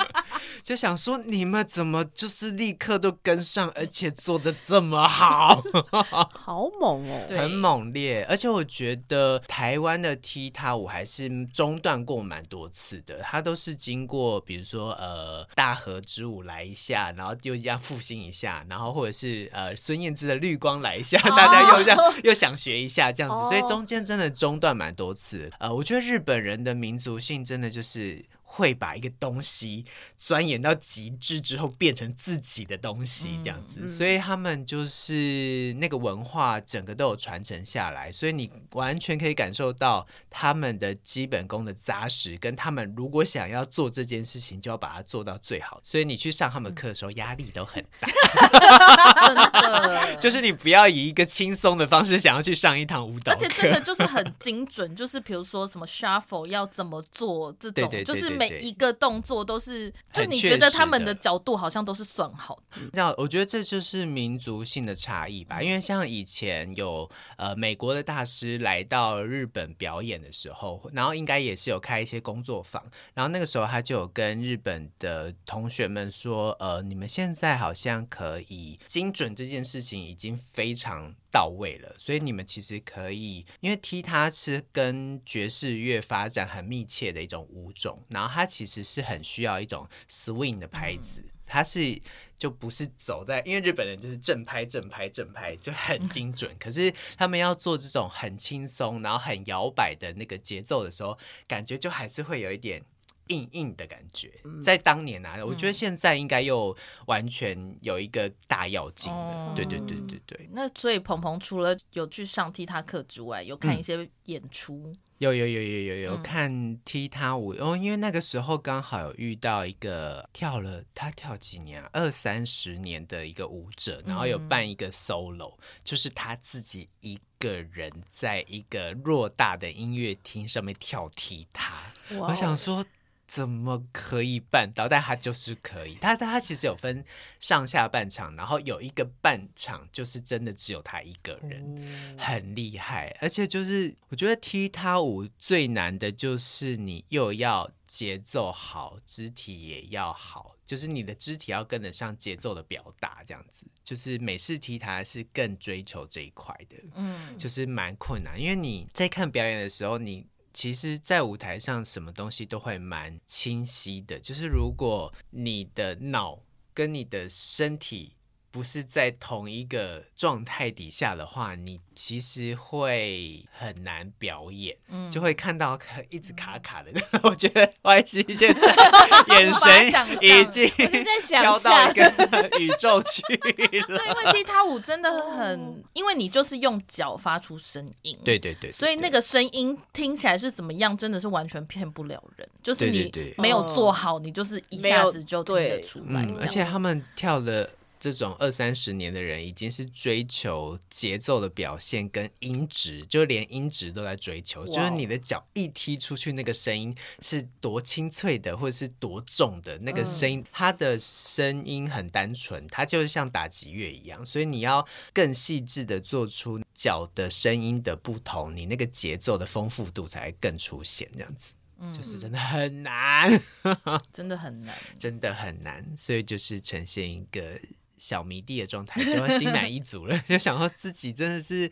Speaker 1: 就想说你们怎么就是立刻都跟上，而且做的这么好，
Speaker 2: 好猛哦！
Speaker 3: 对
Speaker 1: 很猛烈。而且我觉得台湾的踢踏舞还是嗯中断过蛮多次的，它都是经过比如说呃大河之舞来一下，然后又这样复兴一下，然后或者是呃孙燕姿的绿光来一下，大家又这样又想学一下这样子，所以
Speaker 2: 哦
Speaker 1: 中间真的中断蛮多次。呃，我觉得日本人的民族性真的就是。会把一个东西钻研到极致之后，变成自己的东西
Speaker 3: 嗯
Speaker 1: 这样子，所以他们就是那个文化整个都有传承下来，所以你完全可以感受到他们的基本功的扎实，跟他们如果想要做这件事情，就要把它做到最好。所以你去上他们课的时候，
Speaker 3: 嗯
Speaker 1: 压力都很大，哦 <laughs>
Speaker 3: 真的，
Speaker 1: 就是你不要以一个轻松的方式想要去上一堂舞蹈
Speaker 3: 而
Speaker 1: 课，
Speaker 3: 且真的就是很精准，就是比如说什么 shuffle 要怎么做这种，
Speaker 1: 对对对
Speaker 3: 就是
Speaker 1: 对
Speaker 3: 每
Speaker 1: 对
Speaker 3: 一个动作都是，就
Speaker 1: 很
Speaker 3: 你
Speaker 1: 确
Speaker 3: 觉得
Speaker 1: 实
Speaker 3: 他们的
Speaker 1: 的
Speaker 3: 角度好像都是算好的，
Speaker 1: 那我觉得这就是民族性的差异吧，因为像以前有呃美国的大师来到日本表演的时候，然后应该也是有开一些工作坊，然后那个时候他就有跟日本的同学们说，呃，你们现在好像可以精准这件事情已经非常到位了，所以你们其实可以，因为踢踏是跟爵士乐发展很密切的一种舞种，然后它其实是很需要一种 swing 的拍子。它是就不是走在，因为日本人就是正拍正拍正拍就很精准，可是他们要做这种很轻松，然后很摇摆的那个节奏的时候，感觉就还是会有一点硬硬的感觉。在当年啊，我觉得现在应该又完全有一个大跃进
Speaker 3: 哦
Speaker 1: 的，对对对对对，
Speaker 3: 那所以鹏鹏除了有去上踢踏课之外，有
Speaker 1: 嗯
Speaker 3: 看一些演出，
Speaker 1: 有有有有有有
Speaker 3: 嗯
Speaker 1: 看踢踏舞，哦，因为那个时候刚好有遇到一个跳了他跳几年啊，二三十年的一个舞者，然后有办一个 solo，、就是他自己一个人在一个偌大的音乐厅上面跳踢踏，
Speaker 2: 哇哦
Speaker 1: 我想说。怎么可以办到？但他就是可以，他他其实有分上下半场，然后有一个半场就是真的只有他一个人，很厉害。而且就是我觉得踢踏舞最难的就是你又要节奏好，肢体也要好，就是你的肢体要跟得上节奏的表达，这样子。就是美式踢踏是更追求这一块的。
Speaker 3: 嗯，
Speaker 1: 就是蛮困难，因为你在看表演的时候，你其实，在舞台上什么东西都会蛮清晰的。就是如果你的脑跟你的身体不是在同一个状态底下的话，你其实会很难表演，
Speaker 3: 嗯
Speaker 1: 就会看到一直卡卡的。 <laughs> 我觉得 Y C 现
Speaker 3: <laughs>
Speaker 1: 在眼
Speaker 3: 无法想象
Speaker 1: 神已经
Speaker 4: 我就
Speaker 1: <laughs>
Speaker 4: 在想
Speaker 1: 飘到
Speaker 4: 象
Speaker 1: 一个宇宙去了。 <laughs>
Speaker 3: 对，因为踢踏舞真的很，因为你就是用脚发出声音，
Speaker 1: 哦对对对，
Speaker 3: 所以那
Speaker 1: 个。
Speaker 3: 个声音听起来是怎么样，真的是完全骗不了人。就是你
Speaker 1: 对对对
Speaker 3: 没有做好，你就是一下子就听得出来。
Speaker 1: 嗯，而且他们跳了这种二三十年的人，已经是追求节奏的表现跟音质，就连音质都在追求。就是你的脚一踢出去，那个声音是多清脆的，或者是多重的那个声音，它的声音很单纯，它就是像打击乐一样，所以你要更细致的做出脚的声音的不同，你那个节奏的丰富度才会更出现，这样子。就是真的很难。
Speaker 3: 真的很难。
Speaker 1: 真的很难，所以就是呈现一个小迷弟的状态，就要心满意足了，就想到自己真的是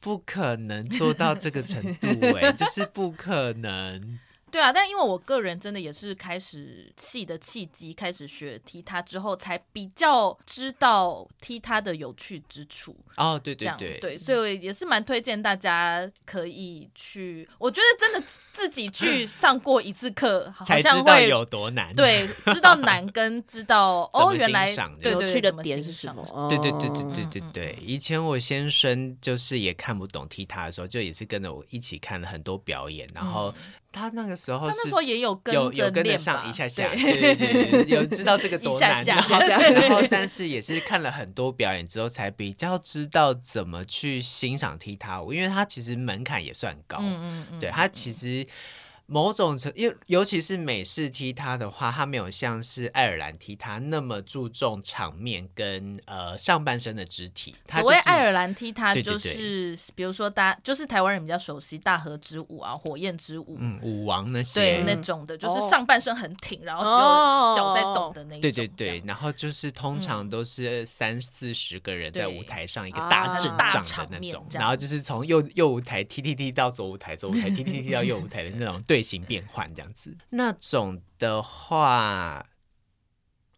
Speaker 1: 不可能做到这个程度、哎，就是不可能。
Speaker 3: 对啊，但因为我个人真的也是开始气的契机，开始学踢踏之后，才比较知道踢踏的有趣之处。
Speaker 1: 哦，对
Speaker 3: 这
Speaker 1: 对
Speaker 3: 样
Speaker 1: 对，
Speaker 3: 所以我也是蛮推荐大家可以去。我觉得真的自己去上过一次课，好
Speaker 1: 才知
Speaker 3: 像
Speaker 1: 道
Speaker 3: 会
Speaker 1: 有多难。
Speaker 3: 对，知道难跟知
Speaker 1: <laughs>
Speaker 3: 道
Speaker 1: 怎
Speaker 3: 哦，
Speaker 1: 么
Speaker 3: 原来
Speaker 1: 欣赏这
Speaker 3: 对对
Speaker 1: 样
Speaker 2: 有
Speaker 3: 对
Speaker 2: 趣的
Speaker 3: 怎么
Speaker 2: 点是
Speaker 3: 欣
Speaker 2: 什
Speaker 3: 赏
Speaker 2: 么？
Speaker 1: 对对对对对
Speaker 3: 嗯
Speaker 1: 对
Speaker 3: 嗯
Speaker 1: 对，以前我先生就是也看不懂踢踏的时候，就也是跟着我一起看了很多表演，然后他那个时候
Speaker 3: 嗯他
Speaker 1: 是
Speaker 3: 那时候也有跟
Speaker 1: 有有
Speaker 3: 着
Speaker 1: 跟得
Speaker 3: 练
Speaker 1: 上
Speaker 3: 吧
Speaker 1: 一下下，对
Speaker 3: 对
Speaker 1: 对对有知道这个多
Speaker 3: 一下
Speaker 1: 难，
Speaker 3: 下
Speaker 1: 然后
Speaker 3: 一下下
Speaker 1: <laughs> 然
Speaker 3: <laughs>
Speaker 1: 后但是也是看了很多表演之后，才比较知道怎么去欣赏踢踏舞，因为它其实门槛也算高，
Speaker 3: 嗯嗯嗯，
Speaker 1: 对它其实。某种程，因为尤其是美式踢踏的话，它没有像是爱尔兰踢踏那么注重场面跟呃上半身的肢体。它
Speaker 3: 所
Speaker 1: 就
Speaker 3: 谓
Speaker 1: 是
Speaker 3: 爱尔兰踢踏，
Speaker 1: 对对
Speaker 3: 就
Speaker 1: 对
Speaker 3: 是比如说大，就是台湾人比较熟悉大河之舞啊、火焰之舞，
Speaker 1: 嗯舞王那些，
Speaker 3: 对那
Speaker 1: 嗯
Speaker 3: 种的，就是
Speaker 2: 哦
Speaker 3: 上半身很挺，然后只有
Speaker 2: 哦
Speaker 3: 脚在动的那一种。
Speaker 1: 对对
Speaker 3: 这
Speaker 1: 对
Speaker 3: 样，，嗯
Speaker 1: 然后就是通常都是三四十个人在
Speaker 3: 对
Speaker 1: 舞台上一个
Speaker 2: 啊
Speaker 1: 大阵
Speaker 3: 大
Speaker 1: 仗
Speaker 3: 场
Speaker 1: 的那
Speaker 3: 面
Speaker 1: 种，
Speaker 3: 这样
Speaker 1: 然后就是从右右舞台踢踢踢到左舞台，左舞台踢踢踢到右舞台的那种队形变换这样
Speaker 3: <laughs>
Speaker 1: 子。那种的话，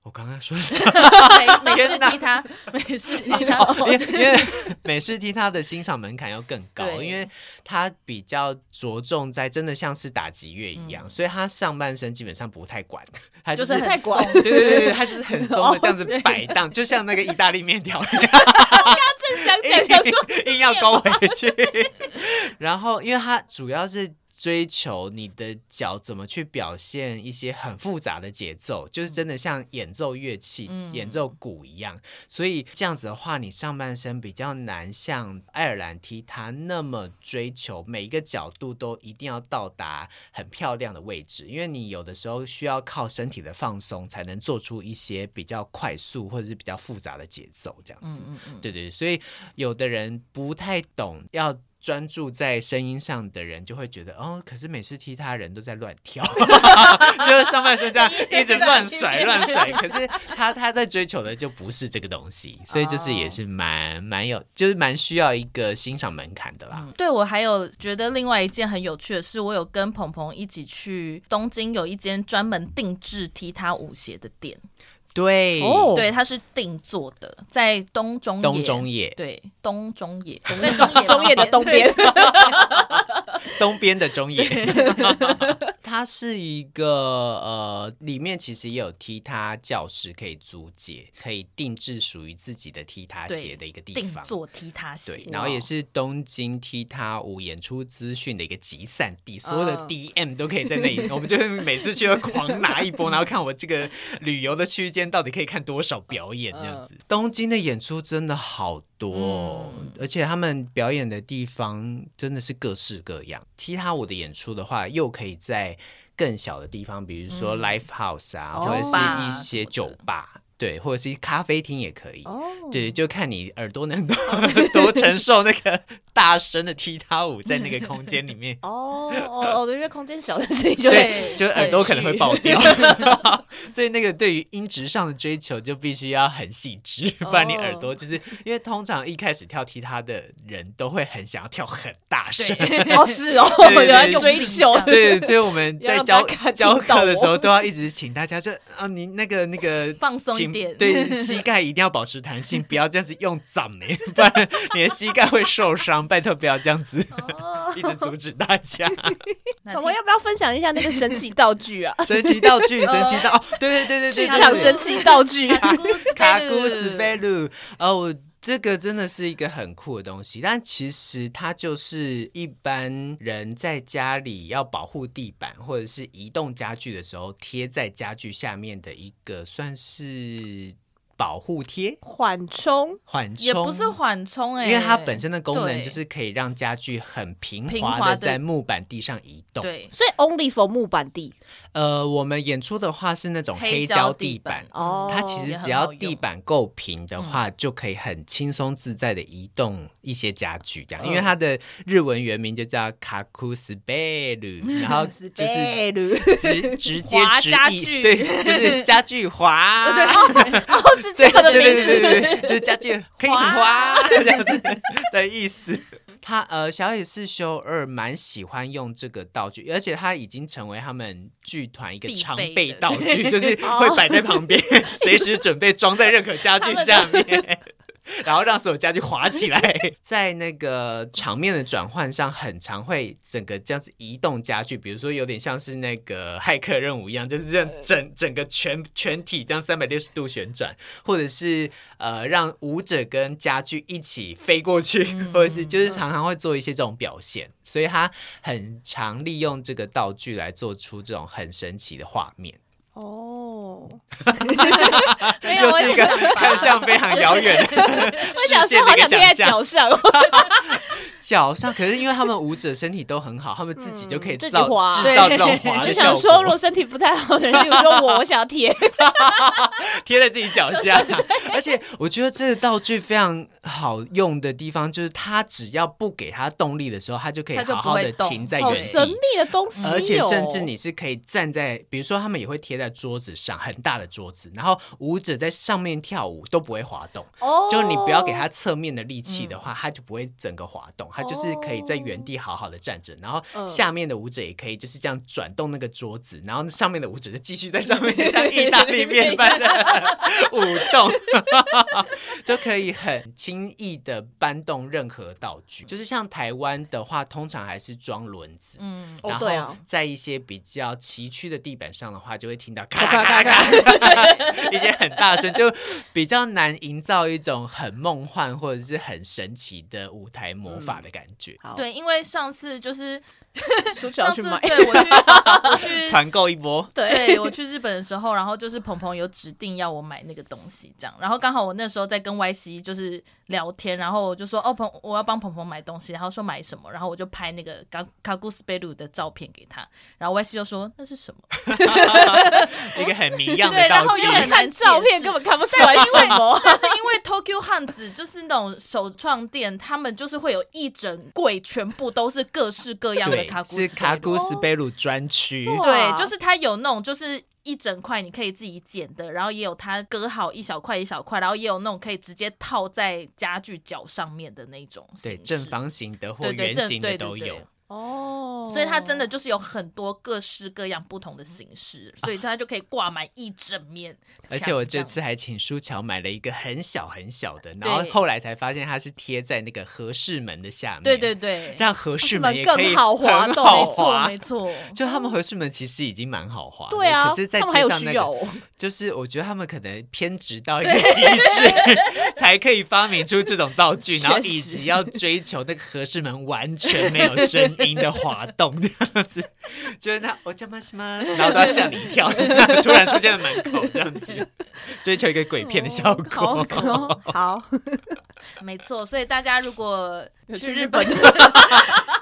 Speaker 1: 我刚刚说什么？
Speaker 3: 美美式
Speaker 1: 天哪
Speaker 3: 踢踏，美式踢
Speaker 1: <laughs> 哦因
Speaker 3: 踏，<laughs>
Speaker 1: 为因为美式踢它的欣赏门槛要更高，
Speaker 3: 对
Speaker 1: 因为它比较着重在真的像是打击乐一样，所以它上半身基本上不太管，它
Speaker 3: 嗯就是是很
Speaker 2: 太
Speaker 3: 松
Speaker 2: 广。
Speaker 1: 对对对对，它就是很松的这样子摆荡，就像那个意大利面条一样，
Speaker 2: 正想
Speaker 1: <laughs>
Speaker 2: 讲，想说
Speaker 1: 硬硬要勾回去。 <laughs> 然后，因为它主要是。追求你的脚怎么去表现一些很复杂的节奏，就是真的像演奏乐器、
Speaker 3: 嗯
Speaker 1: 演奏鼓一样。所以这样子的话，你上半身比较难像爱尔兰踢它那么追求每一个角度都一定要到达很漂亮的位置，因为你有的时候需要靠身体的放松才能做出一些比较快速或者是比较复杂的节奏，这样子。
Speaker 3: 嗯嗯嗯，
Speaker 1: 对对，对所以有的人不太懂要。专注在声音上的人就会觉得，哦，可是每次踢他人都在乱跳， <laughs> 就是上半身这样一直乱甩乱甩。可是他他在追求的就不是这个东西，所以就是也是蛮蛮有，就是蛮需要一个欣赏门槛的啦。
Speaker 3: 对我还有觉得另外一件很有趣的是，我有跟鹏鹏一起去东京有一间专门定制踢踏舞鞋的店，
Speaker 1: 对，
Speaker 2: 哦
Speaker 3: 对，它是定做的，在东中野
Speaker 1: 东中野
Speaker 3: 对东中野，在中野
Speaker 2: 中野的东
Speaker 3: 对
Speaker 2: 边，
Speaker 1: <laughs> 东边的中野， <laughs> 它是一个呃，里面其实也有踢踏教室可以租借，可以定制属于自己的踢踏鞋的一个地
Speaker 3: 定
Speaker 1: 方。
Speaker 3: 做踢踏鞋
Speaker 1: 对，，然后
Speaker 2: 哦
Speaker 1: 也是东京踢踏舞演出资讯的一个集散地，所有
Speaker 2: 嗯
Speaker 1: 的 DM 都可以在那里。我们就是每次去都狂拿一波，然后看我这个旅游的区间到底可以看多少表演
Speaker 2: 嗯
Speaker 1: 这样子。东京的演出真的好多、哦，
Speaker 2: 嗯
Speaker 1: 而且他们表演的地方真的是各式各样。踢踏舞的演出的话，又可以在更小的地方，比如说 live house 啊，或者
Speaker 2: 嗯酒
Speaker 1: 是
Speaker 2: 吧。
Speaker 3: 啊
Speaker 1: 一些酒吧，对，或者是咖啡厅也可以。对，就看你耳朵能多 <laughs> 多承受那个大声的踢踏舞在那个空间里面
Speaker 2: 哦哦哦，因为空间小的声音就会
Speaker 3: 对，
Speaker 1: 就耳朵可能会爆掉， <laughs> 所以那个对于音质上的追求就必须要很细致，不然你耳朵就是因为通常一开始跳踢踏的人都会很想要跳很大声，
Speaker 2: 哦是哦，
Speaker 1: 对对
Speaker 2: 原来
Speaker 1: 对
Speaker 2: 追求 <laughs>
Speaker 1: 对，所以我们在
Speaker 2: 要让
Speaker 1: 教
Speaker 2: 大家听
Speaker 1: 教
Speaker 2: 到
Speaker 1: 课的时候
Speaker 2: 我
Speaker 1: 哦都要一直请大家就啊，你那个那个
Speaker 3: 放松一
Speaker 1: 请
Speaker 3: 点
Speaker 1: 对膝盖一定要保持弹
Speaker 2: <laughs>
Speaker 1: 性，不要这样子用掌哎、不然你的膝盖会受伤。拜托不要这样子，
Speaker 2: 哦
Speaker 1: <laughs> 一直阻止大
Speaker 2: <laughs>
Speaker 1: 家。
Speaker 3: 那
Speaker 2: 我
Speaker 3: 听
Speaker 2: 们要不要分享一下那个神奇道具啊？
Speaker 1: 神奇道具，神奇道，哦，对对对对
Speaker 3: 去
Speaker 1: 对，
Speaker 3: 哪里
Speaker 2: 讲
Speaker 3: 神
Speaker 2: 神奇道具啊！
Speaker 3: 卡古斯
Speaker 1: 卡
Speaker 3: 贝鲁
Speaker 1: 古斯贝鲁，哦，我这个真的是一个很酷的东西，但其实它就是一般人在家里要保护地板或者是移动家具的时候贴在家具下面的一个算是保护贴，
Speaker 2: 缓冲，
Speaker 1: 缓冲
Speaker 3: 也不是缓冲哎，
Speaker 1: 因为它本身的功能
Speaker 3: 对
Speaker 1: 就是可以让家具很平
Speaker 3: 平
Speaker 1: 滑
Speaker 3: 滑
Speaker 1: 的
Speaker 3: 地
Speaker 1: 在木板地上移动。，
Speaker 3: 对
Speaker 2: 所以 only for 木板地
Speaker 1: 呃，我们演出的话是那种黑胶地板，嗯
Speaker 2: 哦。
Speaker 1: 它其实只要地板够平的话，
Speaker 3: 嗯
Speaker 1: 就可以很轻松自在的移动一些家具，这样。
Speaker 3: 嗯
Speaker 1: 因为它的日文原名就叫卡库斯贝鲁，然
Speaker 3: <laughs>
Speaker 1: 后就是直直接
Speaker 3: 滑
Speaker 1: 直
Speaker 3: 家
Speaker 1: 译，
Speaker 3: 具
Speaker 1: 对，就是家具滑，
Speaker 3: <laughs>
Speaker 2: 哦是
Speaker 1: <laughs>
Speaker 2: 这
Speaker 1: 对对
Speaker 2: 个
Speaker 1: 对
Speaker 2: 名字，
Speaker 1: 对对对，就是家 <laughs> 具可以花这样子的意思。他呃，小野四修二蛮喜欢用这个道具，而且他已经成为他们剧团一个
Speaker 3: 必
Speaker 1: 常
Speaker 3: 备
Speaker 1: 备
Speaker 3: 的
Speaker 1: 道具，就是会摆在旁 <laughs> 边，随时准备装在任何家具下面。 <laughs> 然后让所有家具滑起来， <laughs> 在那个场面的转换上，很常会整个这样子移动家具，比如说有点像是那个骇客任务一样，就是这样整整个全全体这样三百六十度旋转，或者是呃让舞者跟家具一起飞过去， <laughs> 或者是就是常常会做一些这种表现，所以他很常利用这个道具来做出这种很神奇的画面。
Speaker 2: 哦，
Speaker 4: <laughs> 没有，
Speaker 1: 又
Speaker 4: 我
Speaker 1: 是一个看向非常遥远 <laughs> 的
Speaker 4: 我
Speaker 1: 世
Speaker 4: 想
Speaker 1: 界
Speaker 4: 说，
Speaker 1: 的
Speaker 4: 好
Speaker 1: 一
Speaker 4: 想
Speaker 1: 个
Speaker 4: 贴在
Speaker 1: 想象。
Speaker 4: 脚上，
Speaker 1: 脚上，可是因为他们舞者身体都很好，他们嗯自己就可以
Speaker 2: 自己
Speaker 1: 造、
Speaker 2: 滑
Speaker 1: 制造这种嗯滑
Speaker 4: 我
Speaker 1: 的效
Speaker 4: 想说，如
Speaker 1: 果
Speaker 4: 果，身体不太好的人，比如说我，我想要贴，
Speaker 1: 贴在自己脚下。 <laughs> 而且我觉得这个道具非常好用的地方，就是它只要不给它动力的时候，它就可以
Speaker 3: 它就
Speaker 1: 好
Speaker 3: 不
Speaker 1: 好的
Speaker 3: 会动
Speaker 1: 停在原
Speaker 2: 好
Speaker 1: 地。
Speaker 2: 神秘的东西哦，
Speaker 1: 而且甚至你是可以站在，比如说他们也会贴在桌子上，很大的桌子，然后舞者在上面跳舞都不会滑动。
Speaker 2: 哦，
Speaker 1: 就你不要给它侧面的力气的话，它就不会整个滑动，它就是可以在原地好好的站着，然后下面的舞者也可以就是这样转动那个桌子，然后上面的舞者就继续在上面像意大利面般的舞动， <laughs> 就可以很轻易的搬动任何道具。就是像台湾的话，通常还是装轮子，
Speaker 3: 嗯，
Speaker 2: 哦
Speaker 1: 然
Speaker 2: 对
Speaker 1: 后
Speaker 2: 啊
Speaker 1: 在一些比较崎岖的地板上的话，就会听到咔咔咔咔，一些很大声，就比较难营造一种很梦幻或者是很神奇的舞台魔法
Speaker 3: 嗯
Speaker 1: 的感觉。
Speaker 2: 好
Speaker 3: 对，因为上次就是
Speaker 2: 出去要
Speaker 3: 上
Speaker 2: 去
Speaker 3: 次
Speaker 2: 买，
Speaker 4: <laughs>
Speaker 3: 对我去我去
Speaker 1: 团购一波，
Speaker 3: 对我去日本的时候，然后就是鹏鹏有指定要我买那个东西，这样，然后刚好我那时候在跟 Y C 就是聊天，然后我就说哦鹏，我要帮鹏鹏买东西，然后说买什么，然后我就拍那个卡卡古斯贝鲁的照片给他，然后 Y C 就说那是什么，
Speaker 1: 一个很迷样的
Speaker 3: 对然
Speaker 1: 道
Speaker 3: 后
Speaker 1: 具
Speaker 3: 又。很
Speaker 4: 看照片根本看不出来什么。
Speaker 3: 但是啊因为 Tokyo 汉子就是那种手创店，他们就是会有一整柜全部都是各式各样的
Speaker 1: 对
Speaker 3: 卡，古斯
Speaker 1: 是卡
Speaker 3: 贝鲁哦
Speaker 1: 古斯贝鲁专区，
Speaker 3: 对，
Speaker 2: 哇
Speaker 3: 就是它有那种就是一整块你可以自己剪的，然后也有它割好一小块一小块，然后也有那种可以直接套在家具角上面的那种
Speaker 1: 对
Speaker 3: 形式
Speaker 1: 正。方形的或
Speaker 3: 对对
Speaker 1: 圆
Speaker 3: 正
Speaker 1: 形的
Speaker 3: 对对
Speaker 1: 都
Speaker 3: 对
Speaker 1: 有。
Speaker 4: 哦
Speaker 3: 所以它真的就是有很多各式各样不同的形式，所以它就可以挂满一整面墙。
Speaker 1: 而且我这
Speaker 3: 样
Speaker 1: 次还请舒乔买了一个很小很小的，
Speaker 3: 对
Speaker 1: 然后后来才发现它是贴在那个合适门的下面。
Speaker 3: 对对对，
Speaker 1: 让合适门
Speaker 4: 门
Speaker 1: 也
Speaker 4: 更
Speaker 1: 可以
Speaker 4: 好滑
Speaker 1: 很
Speaker 4: 动
Speaker 1: 好啊
Speaker 3: 没错
Speaker 1: 滑 <laughs>
Speaker 3: 没错，
Speaker 1: 就他们合适门其实已经蛮好滑的，
Speaker 4: 对啊，
Speaker 1: 哎可是再
Speaker 4: 他们还有
Speaker 1: 贴上
Speaker 4: 需
Speaker 1: 那
Speaker 4: 要
Speaker 1: 个，
Speaker 4: 哦，
Speaker 1: 就是我觉得他们可能偏执到一个极致， <laughs> 才可以发明出这种道具，然后
Speaker 4: 确
Speaker 1: 以
Speaker 4: 实
Speaker 1: 及要追求那个合适门完全没有
Speaker 4: <laughs>
Speaker 1: 声音的滑动这样子，就是那我叫妈什么，然后都要吓你一跳，突然出现在门口这样子，追求一个鬼
Speaker 4: 哦
Speaker 1: 片的
Speaker 4: <laughs>
Speaker 1: 效果。<laughs>
Speaker 2: 好好好，
Speaker 3: 没错。所以大家如果
Speaker 4: 有
Speaker 3: 去
Speaker 4: 去
Speaker 3: 日
Speaker 4: 日
Speaker 3: 本
Speaker 4: 本，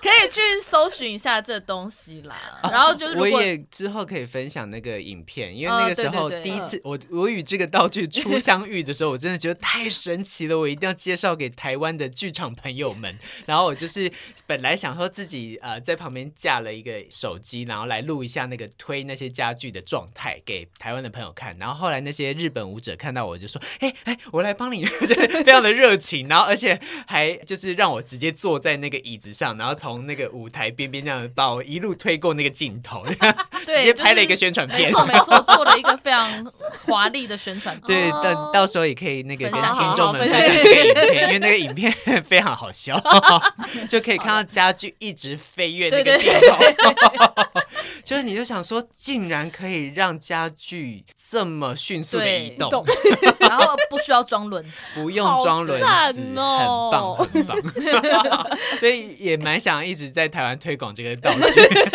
Speaker 3: 可以去搜寻一下这东西
Speaker 1: <laughs>
Speaker 3: 啦。然后就是
Speaker 1: 我
Speaker 3: 如果
Speaker 1: 也之后可以分享那个影片，因为
Speaker 3: 哦
Speaker 1: 那个时候
Speaker 3: 对对
Speaker 1: 第
Speaker 3: 对
Speaker 1: 一次、我我与这个道具初相遇的时候，我真的觉得太神奇了，我一定要介绍给台湾的剧场朋友们。然后我就是本来想说自己呃在旁边架了一个手机，然后来录一下那个推那些家具的状态给台 <laughs> 湾的朋友看。然后后来那些日本舞者看到我就说：“哎、哎、我来帮你，就是非常的热情，然后而且还就是让我直接坐在那个椅子上，然后从那个舞台边边这样把我一路推过那个镜头， <laughs> 直
Speaker 3: 对，
Speaker 1: 接
Speaker 3: 就是
Speaker 1: 拍了一个宣传
Speaker 3: 没
Speaker 1: 片。
Speaker 3: 错没错，做了一个非常华丽的宣
Speaker 1: <laughs>
Speaker 3: 传片。
Speaker 1: 对，
Speaker 4: 哦
Speaker 1: 到到时候也可以那个跟
Speaker 3: 分享
Speaker 1: 听众们
Speaker 4: 好好
Speaker 1: 分享这个影片，因为那个影片 <laughs> 非常好笑，就可以看到家具一直飞跃那个
Speaker 3: 对
Speaker 1: 镜
Speaker 3: 对
Speaker 1: 头， <laughs> 就是你就想说，竟然可以让家具这么迅速的
Speaker 3: 对
Speaker 1: 移动
Speaker 4: 动，
Speaker 3: 然后不需要装轮子，
Speaker 1: 不用装轮子，
Speaker 4: 好
Speaker 1: 很
Speaker 4: 赞哦
Speaker 1: 棒很棒， <laughs> 所以也蛮想一直在台湾推广这个道具。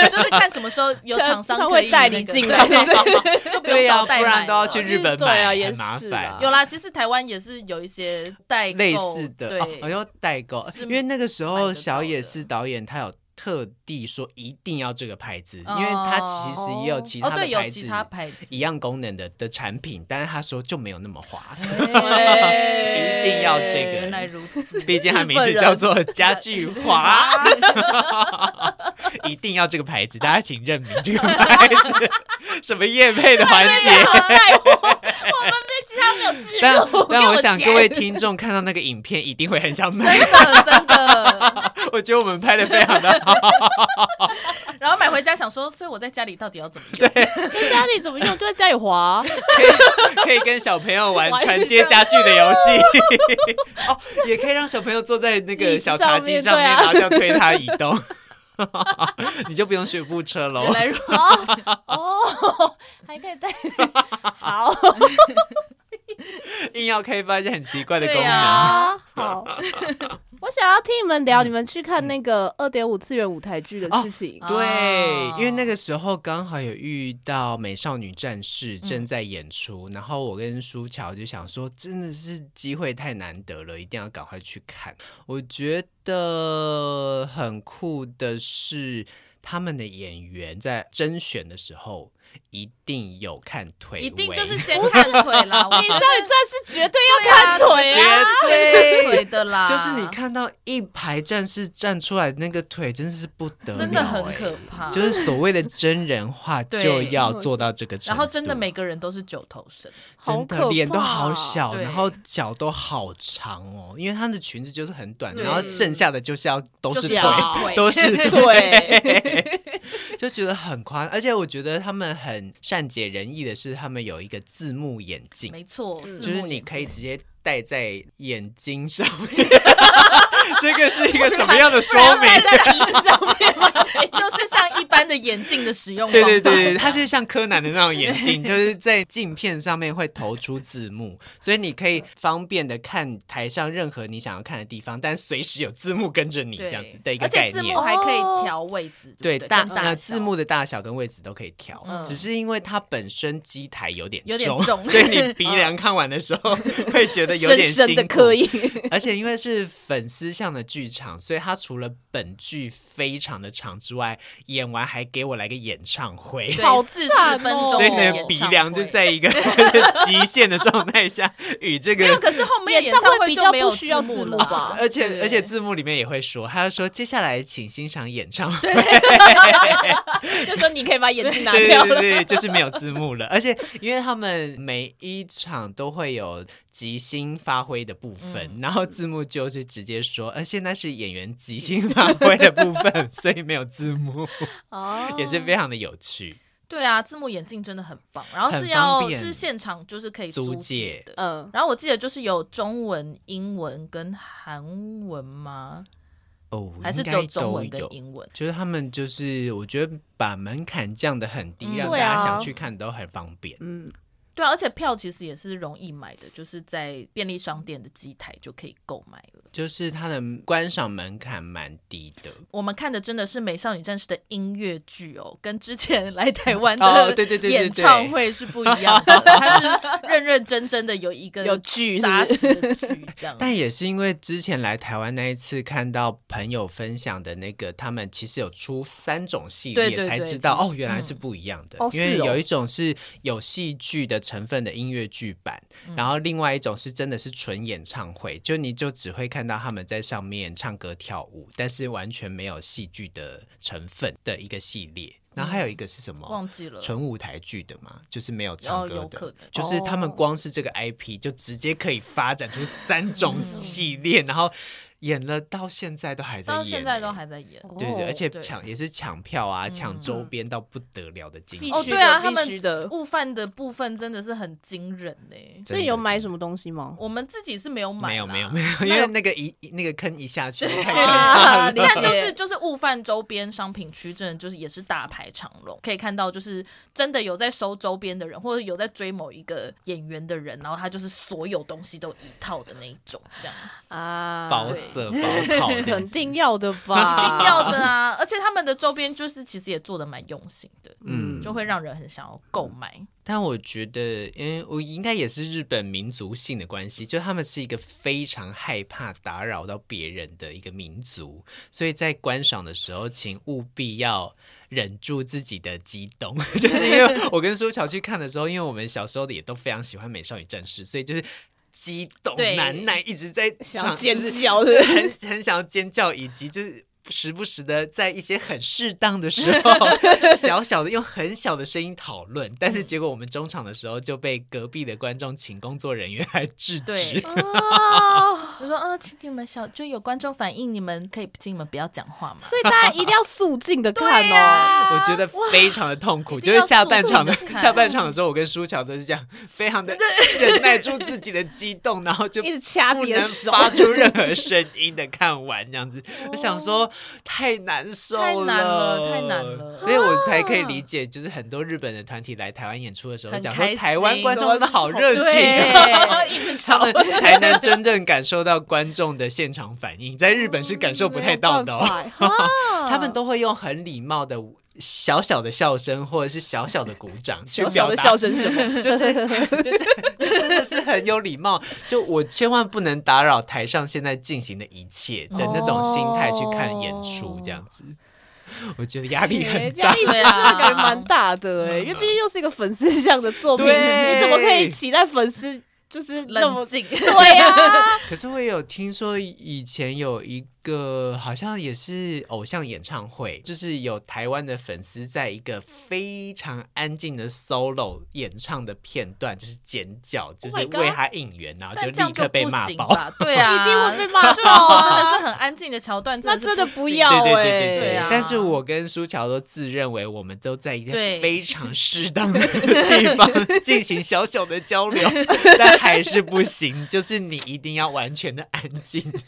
Speaker 3: 就是看什么时候有厂商
Speaker 2: 他
Speaker 3: 可
Speaker 2: 会
Speaker 3: 以
Speaker 2: 带
Speaker 3: 那
Speaker 2: 你
Speaker 3: 个
Speaker 2: 进
Speaker 3: 对
Speaker 1: <laughs>
Speaker 3: <laughs>
Speaker 2: 来是
Speaker 3: 就不
Speaker 1: 对
Speaker 3: 用
Speaker 1: 呀、
Speaker 3: 找代
Speaker 1: 不然
Speaker 3: 买
Speaker 1: 都要
Speaker 3: 了
Speaker 1: 去
Speaker 4: 就
Speaker 1: 日
Speaker 4: 是
Speaker 1: 本
Speaker 4: 对
Speaker 1: 买，
Speaker 4: 啊也
Speaker 1: 很麻
Speaker 4: 是
Speaker 1: 烦
Speaker 4: 啊。
Speaker 3: 有啦，其实台湾也是有一些代购
Speaker 1: 类似的，
Speaker 3: 对，
Speaker 1: 哦好像代购，
Speaker 3: 是
Speaker 1: 因为那个时
Speaker 3: 买得
Speaker 1: 候
Speaker 3: 到
Speaker 1: 小野
Speaker 3: 的
Speaker 1: 是导演，他有特地说一定要这个牌子，因为他其实也有其他
Speaker 3: 哦，
Speaker 1: 的
Speaker 3: 对，有
Speaker 1: 牌
Speaker 3: 其
Speaker 1: 子。
Speaker 3: 他牌子，
Speaker 1: 一样功能的的产品，但是他说就没有那么
Speaker 3: <laughs>
Speaker 1: 滑，
Speaker 3: 哎
Speaker 1: 一定要这个
Speaker 3: 原来如此，
Speaker 1: 毕竟它名字叫
Speaker 3: <laughs>
Speaker 1: 做家具滑，一定要这个牌子，大家请认明这个牌子。什么叶配的环节？
Speaker 2: 其他没有置
Speaker 1: <laughs> 但 <laughs> 但
Speaker 2: 给
Speaker 1: 我
Speaker 2: 我
Speaker 1: 想
Speaker 2: 钱
Speaker 1: 各位听众看到那个影片，一定会很想买
Speaker 3: 真。的真的。
Speaker 1: 我觉得我们拍的非常的好，
Speaker 3: 然后买回家想说，所以我在家里到底要怎么
Speaker 4: <laughs>
Speaker 3: 用？
Speaker 2: 在家里怎么用？就在家
Speaker 3: <laughs>
Speaker 2: 里滑，
Speaker 1: 可以跟小朋友玩
Speaker 4: 玩
Speaker 1: 传接家具的游戏。 <laughs> 哦，也可以让小朋友坐在那个小茶
Speaker 4: 椅
Speaker 1: 几上面，
Speaker 4: 子上面对啊
Speaker 1: 然后这样推它移动。 <laughs> 你就不用学步车喽
Speaker 3: 原。来如
Speaker 4: 哦， <laughs> 还可以带好
Speaker 1: <laughs> 硬要开发一些很奇怪的功
Speaker 3: 对
Speaker 1: 能。
Speaker 3: 啊
Speaker 2: 啊，
Speaker 4: <laughs>
Speaker 2: 好，我想要听你们聊你们去看那个二点五次元舞台剧的
Speaker 4: 哦
Speaker 2: 事情。
Speaker 4: 啊
Speaker 1: 对
Speaker 3: 哦，
Speaker 1: 因为那个时候刚好有遇到《美少女战
Speaker 3: 嗯
Speaker 1: 士》正在演出，然后我跟舒乔就想说，真的是机会太难得了，一定要赶快去看。我觉得很酷的是，他们的演员在甄选的时候一定有看腿围，
Speaker 3: 一定就是先看腿啦，我
Speaker 4: 美少女战士绝对
Speaker 3: 对
Speaker 4: 要
Speaker 3: 啊
Speaker 4: 看腿
Speaker 1: 绝
Speaker 4: 啊！
Speaker 3: 先看
Speaker 1: 对
Speaker 3: 腿。的啦，
Speaker 1: 就是你看到一排战士站出来，那个腿真的是不得了、
Speaker 3: 真的很
Speaker 1: 哎
Speaker 3: 可怕，
Speaker 1: 就是所谓的真人化
Speaker 3: 啊对
Speaker 1: 就要做到这个程度，
Speaker 3: 然后真的每个人都是九头身，
Speaker 4: 好
Speaker 1: 真
Speaker 4: 可
Speaker 1: 的
Speaker 4: 怕啊
Speaker 1: 脸都好小，
Speaker 3: 对
Speaker 1: 然后脚都好长哦，因为她的裙子就是很短，
Speaker 3: 对
Speaker 1: 然后剩下的就是要都
Speaker 3: 就是是
Speaker 1: 腿
Speaker 3: 都是
Speaker 4: 腿，
Speaker 1: 都
Speaker 3: 腿，
Speaker 1: 是
Speaker 4: 对，
Speaker 1: <laughs> 就觉得很宽，而且我觉得他们很善解人意的是，他们有一个字幕眼镜，
Speaker 3: 没错，
Speaker 4: 嗯
Speaker 3: 字
Speaker 1: 就是
Speaker 3: 幕
Speaker 1: 你
Speaker 3: 眼
Speaker 1: 可以
Speaker 3: 睛
Speaker 1: 直接戴在眼睛上
Speaker 3: <laughs>
Speaker 1: 面。 <laughs> 这个是一个什么样的说明？ <laughs>
Speaker 3: 就是像一般的眼镜的使用方
Speaker 1: 对
Speaker 3: 法，
Speaker 1: 对对，对它就是像柯南的那种眼镜，就是在镜片上面会投出字幕，所以你可以方便的看台上任何你想要看的地方，但随时有字幕跟着你这样子的一个
Speaker 3: 而且
Speaker 1: 概
Speaker 3: 字
Speaker 1: 念
Speaker 3: 幕。还可以调位置，
Speaker 1: 对
Speaker 3: 不对
Speaker 1: 大
Speaker 3: 跟
Speaker 1: 呃
Speaker 3: 大
Speaker 1: 字幕的大小跟位置都可以调，
Speaker 3: 嗯
Speaker 1: 只是因为它本身机台有点
Speaker 3: 有点重嗯
Speaker 1: 所以
Speaker 3: <laughs>
Speaker 1: 你鼻梁看完的时候会觉得有
Speaker 4: 深
Speaker 1: 点辛
Speaker 4: 深
Speaker 1: 苦。
Speaker 4: 的刻
Speaker 1: <laughs>
Speaker 4: 意， <laughs>
Speaker 1: 而且因为是粉丝向的剧场，所以它除了本剧非常的长之外，演完还给我来个演唱会。
Speaker 3: 小
Speaker 4: 好
Speaker 3: 四
Speaker 4: 惨哦
Speaker 3: 十分钟，
Speaker 1: 所以你
Speaker 3: 的
Speaker 1: 的
Speaker 3: 演
Speaker 1: 鼻
Speaker 3: 唱
Speaker 1: 梁就
Speaker 3: 会。
Speaker 1: 在一个 <laughs> 极限的状态下，与这
Speaker 3: 没有，
Speaker 1: 个，
Speaker 3: 可是后面
Speaker 4: 演
Speaker 3: 唱
Speaker 4: 唱会
Speaker 3: 会
Speaker 4: 比
Speaker 3: 就
Speaker 4: 较
Speaker 3: 没有
Speaker 4: 不需要
Speaker 3: 字
Speaker 4: 字
Speaker 3: 幕
Speaker 4: 幕
Speaker 3: 了
Speaker 4: 吧
Speaker 3: 啊，
Speaker 1: 而且
Speaker 3: 对
Speaker 1: 而且字幕里面也会说，他就说接下来请欣赏演唱会，
Speaker 4: 就说你可以把眼镜拿
Speaker 1: 对
Speaker 4: 掉
Speaker 1: 对
Speaker 4: 了。
Speaker 1: <laughs> 对，就是没有字幕了。而且因为他们每一场都会有即兴发挥的部分，
Speaker 3: 嗯
Speaker 1: 然后字幕就是直接说，呃，现在是演员即兴发挥的部
Speaker 3: <laughs>
Speaker 1: 分，所以没有字幕，
Speaker 4: 哦
Speaker 1: 也是非常的有趣。
Speaker 3: 对啊，字幕眼镜真的很棒，然后
Speaker 1: 很方
Speaker 3: 是要
Speaker 1: 便
Speaker 3: 是现场就是可以
Speaker 1: 租
Speaker 3: 借
Speaker 1: 借
Speaker 3: 的，
Speaker 4: 嗯，
Speaker 3: 然后我记得就是有中文、英文跟韩文吗？
Speaker 1: 哦，
Speaker 3: 还是
Speaker 1: 应
Speaker 3: 只
Speaker 1: 该
Speaker 3: 有中文
Speaker 1: 都
Speaker 3: 跟
Speaker 1: 有
Speaker 3: 英文？
Speaker 1: 就是他们就是，我觉得把门槛降得很低，
Speaker 3: 嗯
Speaker 1: 让大
Speaker 2: 对啊
Speaker 1: 家想去看都很方便。
Speaker 4: 嗯
Speaker 2: 嗯
Speaker 3: 对啊，而且票其实也是容易买的，就是在便利商店的机台就可以购买了。
Speaker 1: 就是它的观赏门槛蛮低的。
Speaker 3: 我们看的真的是《美少女战士》的音乐剧哦，跟之前 <laughs> 来台湾
Speaker 1: 哦
Speaker 3: 的
Speaker 1: 对对对对
Speaker 3: 演唱会是不一样的，它
Speaker 1: <laughs>
Speaker 3: 是认认真真的有一个
Speaker 4: 有剧是
Speaker 3: 扎
Speaker 4: 不是
Speaker 3: 实的剧这样。
Speaker 1: <laughs> 但也是因为之前来台湾那一次，看到朋友分享的那个，他们其实有出三种系列，
Speaker 3: 对对对
Speaker 1: 才知道
Speaker 3: 其实嗯
Speaker 1: 哦，原来是不一样的。
Speaker 2: 哦
Speaker 1: 因为
Speaker 2: 是哦
Speaker 1: 有一种是有戏剧的成分的音乐剧版，
Speaker 3: 嗯
Speaker 1: 然后另外一种是真的是纯演唱会，就你就只会看到他们在上面唱歌跳舞，但是完全没有戏剧的成分的一个系列。然后还有一个是什么？
Speaker 3: 嗯忘记了。
Speaker 1: 纯舞台剧的嘛，就是没有唱
Speaker 3: 哦
Speaker 1: 歌
Speaker 3: 有
Speaker 1: 的，
Speaker 3: 可能哦
Speaker 1: 就是他们光是这个 IP 就直接可以发展出三
Speaker 3: 嗯
Speaker 1: 种系列，然后演了到现在都还在演欸、
Speaker 3: 到现在都还在演。
Speaker 1: 对对，而
Speaker 2: 哦
Speaker 1: 且
Speaker 3: 对嗯
Speaker 1: 抢也是抢票啊，抢周边到不得了的境
Speaker 2: 必
Speaker 1: 界。
Speaker 3: 哦，
Speaker 2: 须
Speaker 3: 对啊，
Speaker 2: 的
Speaker 3: 他
Speaker 2: 必须的
Speaker 3: 们悟饭的部分真的是很惊人呢、
Speaker 2: 所以你有买什
Speaker 1: 么？
Speaker 2: 么东西吗？
Speaker 3: 我们自己是没有买，
Speaker 1: 没有没有没。有，因为那个一那个坑一下
Speaker 3: <laughs>
Speaker 1: 去，太可
Speaker 2: 啊
Speaker 1: 怕
Speaker 2: 理
Speaker 1: 了。
Speaker 2: <laughs>
Speaker 3: 但
Speaker 2: 解
Speaker 3: 就是就是悟饭周边商品区，真的就是也是大排长龙，可以看到就是真的有在收周边的人，或者有在追某一个演员的人，然后他就是所有东西都一套的那一种，这样
Speaker 2: 啊，
Speaker 1: 包
Speaker 4: <laughs>
Speaker 1: 色包套这样
Speaker 2: 肯
Speaker 1: 子，
Speaker 2: 定要的
Speaker 3: 一
Speaker 2: 吧？
Speaker 3: 定要的啊！而且他们的周边就是其实也做的蛮用心的，
Speaker 1: 嗯，
Speaker 3: 就会让人很想要购
Speaker 2: 嗯
Speaker 3: 买。
Speaker 1: 但我觉得，嗯，我应该也是日本民族性的关系，就他们是一个非常害怕打扰到别人的一个民族，所以在观赏的时候，请务必要忍住自己的激动， <laughs> 就是因为我跟舒乔去看的时候，因为我们小时候的也都非常喜欢美少女战士，所以就是。激动
Speaker 3: 对
Speaker 1: 难耐，一直在
Speaker 2: 想
Speaker 1: 唱
Speaker 2: 尖
Speaker 1: 就是
Speaker 2: 叫 <laughs>
Speaker 1: 就
Speaker 2: 对
Speaker 1: 是很 <laughs> 很想要尖叫，以及就是时不时的在一些很适当的时候，小小的用很小的声音讨论，但
Speaker 3: 嗯
Speaker 1: 是结果我们中场的时候就被隔壁的观众请工作人员来制
Speaker 3: 对
Speaker 1: 止。
Speaker 2: <laughs> 啊，
Speaker 3: 就说啊，请你们小就有观众反映，你们可以请你们不要讲话嘛。
Speaker 2: 所以大家一定要肃静的看
Speaker 3: 对
Speaker 4: 啊
Speaker 1: <laughs>
Speaker 2: 哦。
Speaker 3: 呀
Speaker 1: 我觉得非常的痛苦，
Speaker 3: 一
Speaker 1: 就
Speaker 3: 定
Speaker 1: 是
Speaker 3: 要
Speaker 1: 下半场的
Speaker 3: 速度看
Speaker 1: 下半场的时候，我跟舒乔都是这样，非常的忍耐住自己的激动，然后就
Speaker 2: 一直掐自
Speaker 1: 不
Speaker 2: 己的
Speaker 1: 能
Speaker 2: 手，
Speaker 1: 发出任何声音的看完这样子，我想说太难受
Speaker 3: 太难
Speaker 1: 了，
Speaker 3: 了太难了
Speaker 1: 所以我才可以理解，就是很多日本的团体来台湾演出的时候，
Speaker 3: 很
Speaker 1: 讲
Speaker 3: 开
Speaker 1: 说
Speaker 3: 心
Speaker 1: 台湾
Speaker 2: 哦
Speaker 1: 观众真的好热情啊。
Speaker 3: 对，一直
Speaker 1: <laughs> 他们才能真正感受到观众的现场反应，在日本是感受不太到的、哦。
Speaker 2: 没有
Speaker 1: <laughs>
Speaker 2: 办法啊
Speaker 1: 他们都会用很礼貌的小小的笑声，或者是小小的鼓掌去
Speaker 2: 小小
Speaker 1: 表
Speaker 2: 的
Speaker 1: 达
Speaker 2: 笑声是什
Speaker 3: <laughs>
Speaker 2: 么？
Speaker 1: 就是就是就真的是很有礼貌，就我千万不能打扰台上现在进行的一切的那种心态去看演
Speaker 3: 哦
Speaker 1: 出，这样子，我觉得压 <laughs> 力很
Speaker 2: 压
Speaker 1: 大。啊
Speaker 2: 力是真的感觉蛮大的哎、因为毕竟又是一个粉丝向的作品，
Speaker 1: 对
Speaker 2: 你怎么可以期待粉丝就是那么
Speaker 3: 冷静。
Speaker 2: 对呀、
Speaker 1: 可是我也有听说以前有一个好像也是偶像演唱会，就是有台湾的粉丝在一个非常安静的 solo 演唱的片段，就是尖叫，就是
Speaker 2: my god
Speaker 1: 为他应援，然后
Speaker 3: ，Oh 但这
Speaker 1: 立
Speaker 3: 样
Speaker 1: 刻
Speaker 3: 就
Speaker 1: 被
Speaker 3: 不
Speaker 1: 骂
Speaker 3: 行
Speaker 1: 爆。
Speaker 3: 吧？对啊，
Speaker 2: 一定会被骂
Speaker 3: 对
Speaker 2: 爆
Speaker 3: 啊！真
Speaker 2: 啊
Speaker 3: 的！是很安静的桥段，
Speaker 2: 那真的
Speaker 3: 是
Speaker 2: 不
Speaker 3: 行
Speaker 2: 要
Speaker 1: 对对
Speaker 2: 哎、
Speaker 1: 对
Speaker 3: 对啊
Speaker 1: 但是我跟舒乔都自认为我们都在一个
Speaker 3: 对
Speaker 1: 非常适当的地方进行小小的交
Speaker 3: <laughs>
Speaker 1: 流，但还是不行，就是你一定要完全的安静。 <laughs>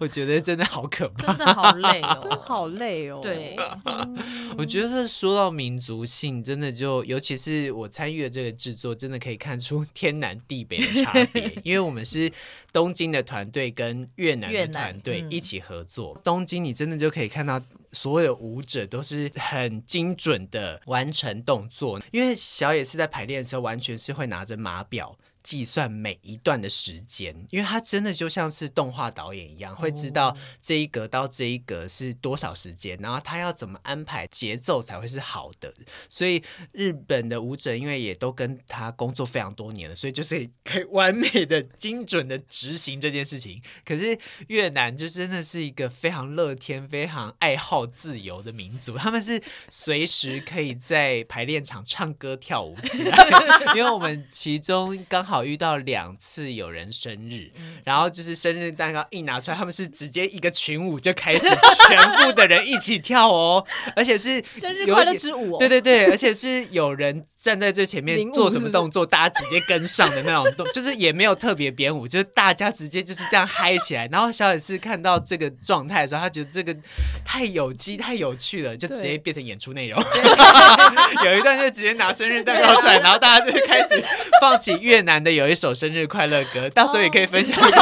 Speaker 1: 我觉得真的好可怕。
Speaker 3: 真的好累哦，
Speaker 2: 真的好累哦。
Speaker 3: 对，嗯
Speaker 1: 我觉得说到民族性，真的就尤其是我参与的这个制作，真的可以看出天南地北的差
Speaker 3: <laughs>
Speaker 1: 别。因为我们是东京的团队跟越南
Speaker 3: 越
Speaker 1: 的
Speaker 3: 南
Speaker 1: 团队
Speaker 3: 嗯
Speaker 1: 一起合作，东京你真的就可以看到所有舞者都是很精准的完成动作。因为小野是在排练的时候，完全是会拿着码表。计算每一段的时间，因为他真的就像是动画导演一样，会知道这一格到这一格是多少时间，然后他要怎么安排节奏才会是好的。所以日本的舞者因为也都跟他工作非常多年了，所以就是可以完美的、精准的执行这件事情。可是越南就真的是一个非常乐天、非常爱好自由的民族，他们是随时可以在排练场唱歌跳舞起来。 <laughs> 因为我们其中刚好遇到两次有人生日，
Speaker 2: 嗯
Speaker 1: 然后就是生日蛋糕一拿出来，他们是直接一个群舞就开始全部的人一起跳哦，而且是
Speaker 2: 生日
Speaker 1: 有
Speaker 2: 快乐
Speaker 1: 点
Speaker 2: 之舞哦。
Speaker 1: 对对对，而且是有人站在最前面
Speaker 2: 领舞
Speaker 1: 做什
Speaker 2: 是不
Speaker 1: 么
Speaker 2: 是
Speaker 1: 动作，大家直接跟上的那种动， <laughs> 就是也没有特别编舞，就是大家直接就是这样嗨起来。然后小野是看到这个状态的时候，他觉得这个太有机、太有趣了，就直接
Speaker 2: 对
Speaker 1: 变成演出内容。 <laughs> 有一段就直接拿生日蛋糕出来，然后大家就开始放起越南的有一首生日快乐歌，到时候也可以分享给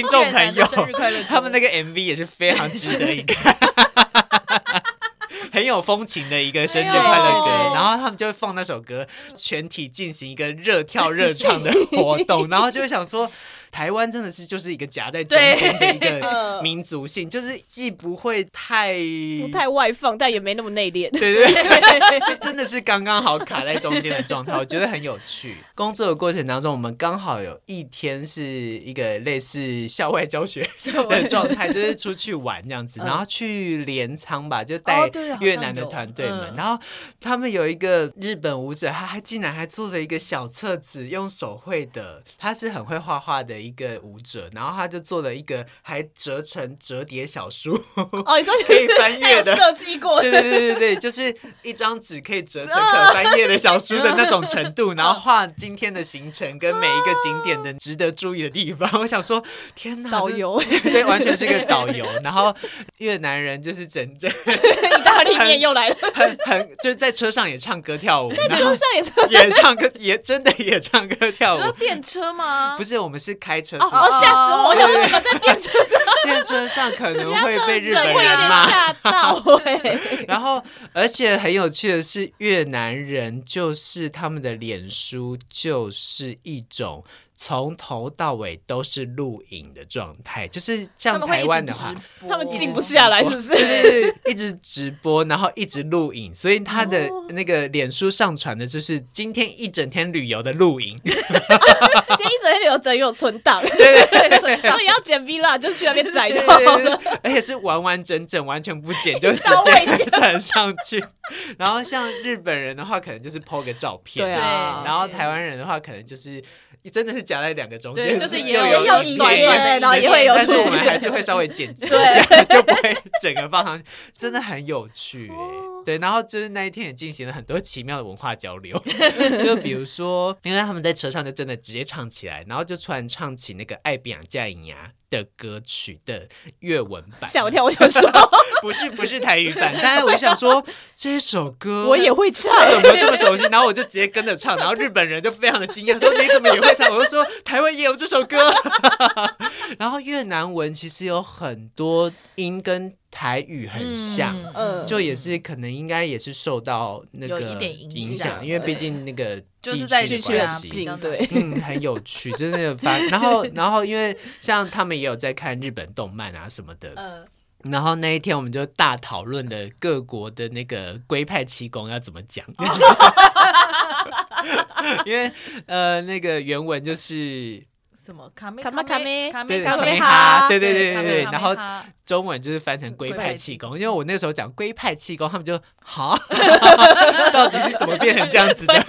Speaker 1: 听众
Speaker 3: 越
Speaker 1: 朋
Speaker 3: 南
Speaker 1: 友
Speaker 3: 的。生日快
Speaker 2: <laughs>
Speaker 3: 乐歌，
Speaker 1: 他们那个 MV 也是非常值得一看。很有风情的一个生日快乐歌
Speaker 3: 对对，对
Speaker 1: 然后他们就会
Speaker 2: <laughs>
Speaker 1: 放那首歌，全体进行一个热跳热唱的活动，然后就会想说，台湾真的是就是一个夹在中
Speaker 3: 对
Speaker 1: 间的一个
Speaker 2: <laughs> 嗯
Speaker 1: 民族性，就是既不会太
Speaker 2: 不太外放，但也没那么内敛。
Speaker 1: 对对对， <laughs> 就真的是刚刚好卡在中间的状态，我觉得很有趣。工作的过程当中，我们刚好有一天是一个类似校外教学 <laughs> 的状态，就是出去玩这样子，
Speaker 2: 嗯
Speaker 1: 然后去镰仓吧，就带
Speaker 3: 哦对好像
Speaker 1: 越南的
Speaker 3: 有
Speaker 1: 团队们，
Speaker 3: 嗯
Speaker 1: 然后他们有一个日本舞者，他还竟然还做了一个小册子，用手绘的，他是很会画画的一个舞者，然后他就做了一个还折成折叠小书，
Speaker 2: 哦，你说
Speaker 1: 可以翻
Speaker 2: 他
Speaker 1: 阅
Speaker 2: 有
Speaker 1: 的。
Speaker 2: 设计
Speaker 1: <laughs>
Speaker 2: 过
Speaker 1: 对对对对对，就是一张纸可以折
Speaker 3: 啊
Speaker 1: 成可翻页的小书的那种程
Speaker 3: <laughs>
Speaker 1: 度，然后画今天的行程跟每一个景点
Speaker 3: 啊
Speaker 1: 的值得注意的地方。我想说，天哪，
Speaker 2: 导
Speaker 1: 这，
Speaker 2: 游，
Speaker 3: <laughs>
Speaker 1: 对，完全是个导游。然后越南人就是整整 <laughs>
Speaker 2: 意大利面又来了，
Speaker 1: 很很，就是在车上也唱歌跳舞，然后
Speaker 2: 车上也是。哦
Speaker 1: 也唱歌，也真的也唱歌跳
Speaker 3: 有
Speaker 1: 舞。
Speaker 3: 电车吗？
Speaker 1: 不
Speaker 3: 是，
Speaker 1: 是，我们是开车出去，
Speaker 2: 哦，吓死我！我想说
Speaker 1: 对
Speaker 2: 你们在电车
Speaker 3: 哦
Speaker 1: 电车上可能
Speaker 2: 上
Speaker 1: 会被
Speaker 2: 真
Speaker 1: 日
Speaker 2: 的
Speaker 1: 本
Speaker 2: 会有
Speaker 1: 人
Speaker 3: 啊
Speaker 2: 点
Speaker 1: 骂。
Speaker 2: 吓到
Speaker 1: <laughs>
Speaker 2: 哎。
Speaker 1: 然后，而且很有趣的是，越南人就是他们的脸书就是一种从头到尾都是录影的状态，就是
Speaker 3: 他
Speaker 1: 像
Speaker 3: 们会
Speaker 1: 台
Speaker 3: 一
Speaker 1: 湾
Speaker 3: 直
Speaker 1: 的话
Speaker 3: 直，播，
Speaker 2: 他们静不下来，是不是？
Speaker 1: 就是一直直播，然后一直录影，所以他的那个脸书上传的就是今天一整天旅游的录影。
Speaker 2: <laughs> 今天一整天有整有存
Speaker 1: <laughs>
Speaker 2: 档，对对对，所以要剪 V 啦，就去那边载就
Speaker 1: 对
Speaker 2: 好
Speaker 1: 对
Speaker 2: 了。
Speaker 1: 对 <laughs> 而且是完完整整，完全不剪，就直
Speaker 2: 刀未
Speaker 1: 接 <laughs> 传上去。然后像日本人的话，可能就是 PO 个照片，
Speaker 2: 对
Speaker 3: 啊
Speaker 1: 然后台湾人的话，可能就是真的是夹在两个中间，
Speaker 3: 对就是也
Speaker 1: 又
Speaker 3: 有
Speaker 1: 有
Speaker 3: 影
Speaker 1: 影
Speaker 3: 片
Speaker 1: 片
Speaker 3: 然后也会
Speaker 2: 有
Speaker 1: 但是
Speaker 2: 图
Speaker 1: 我们
Speaker 2: 片
Speaker 1: 还是会稍微剪辑一
Speaker 2: 对
Speaker 1: 下，就不会整个放上去，真的很有趣哎、
Speaker 2: 哦
Speaker 1: 对，然后就是那一天也进行了很多奇妙的文化交流， <laughs> 就比如说，因为他们在车上就真的直接唱起来，然后就突然唱起那个《爱比昂加影牙》啊的歌曲的粤文版，
Speaker 2: 吓我一跳，我
Speaker 1: <laughs>
Speaker 2: 想说
Speaker 1: 不是不是台语版，但是我想说这首歌
Speaker 2: 我也。会唱，
Speaker 1: 怎么这么熟悉？然后我就直接跟着唱，然后日本人就非常的惊讶，说你怎么也会唱？我就说台湾也有这首歌。 <laughs> 然后越南文其实有很多音跟台语很像，
Speaker 2: 嗯
Speaker 1: 就也是可能应该也是受到那个
Speaker 3: 呃有一点影响
Speaker 1: 影响，因为毕竟那个
Speaker 3: 就是在
Speaker 1: 地
Speaker 2: 去
Speaker 1: 区
Speaker 2: 去
Speaker 1: 的
Speaker 2: 啊
Speaker 1: 关，系
Speaker 3: 比较
Speaker 2: 近
Speaker 3: 难
Speaker 2: 对。
Speaker 1: 嗯，很有趣，真的发。然后，然后因为像他们也有在看日本动漫啊什么的，
Speaker 2: 嗯，
Speaker 1: 然后那一天我们就大讨论了各国的那个龟派气功要怎么讲，因为呃那个原文就是
Speaker 3: 什么卡梅
Speaker 2: 卡梅
Speaker 3: 卡梅
Speaker 2: 卡
Speaker 1: 对
Speaker 3: 卡
Speaker 2: 梅
Speaker 3: 梅
Speaker 2: 卡
Speaker 1: 哈，
Speaker 2: 梅
Speaker 1: 对对对
Speaker 3: 卡
Speaker 1: 对
Speaker 3: 梅
Speaker 1: 对，
Speaker 3: 卡
Speaker 1: 然
Speaker 3: 梅
Speaker 1: 后
Speaker 3: 哈
Speaker 1: 中文就是翻成龟派气功，因为我那时候讲龟派气功，他们就哈，
Speaker 2: <laughs>
Speaker 1: 到底是怎么变成这样子的？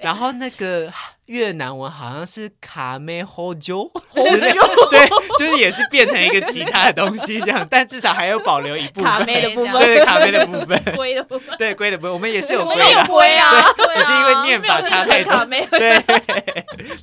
Speaker 1: 然后那个越南文好像是卡梅吼啾， <laughs> 对，就是也是变成一个其他的东西这样，但至少还有保留一部分，
Speaker 2: 卡妹的部分，
Speaker 1: 对卡妹的部分，
Speaker 2: <laughs> 龟的部分，
Speaker 1: 对龟的部分，我们也是有
Speaker 2: 我
Speaker 1: 龟
Speaker 2: 们
Speaker 1: 的，
Speaker 2: 也有龟啊，
Speaker 3: 对啊
Speaker 1: 只是因为念
Speaker 2: 没有
Speaker 1: 法差
Speaker 2: 进
Speaker 1: 太
Speaker 2: 成卡
Speaker 1: 多，
Speaker 2: 妹，
Speaker 1: 对，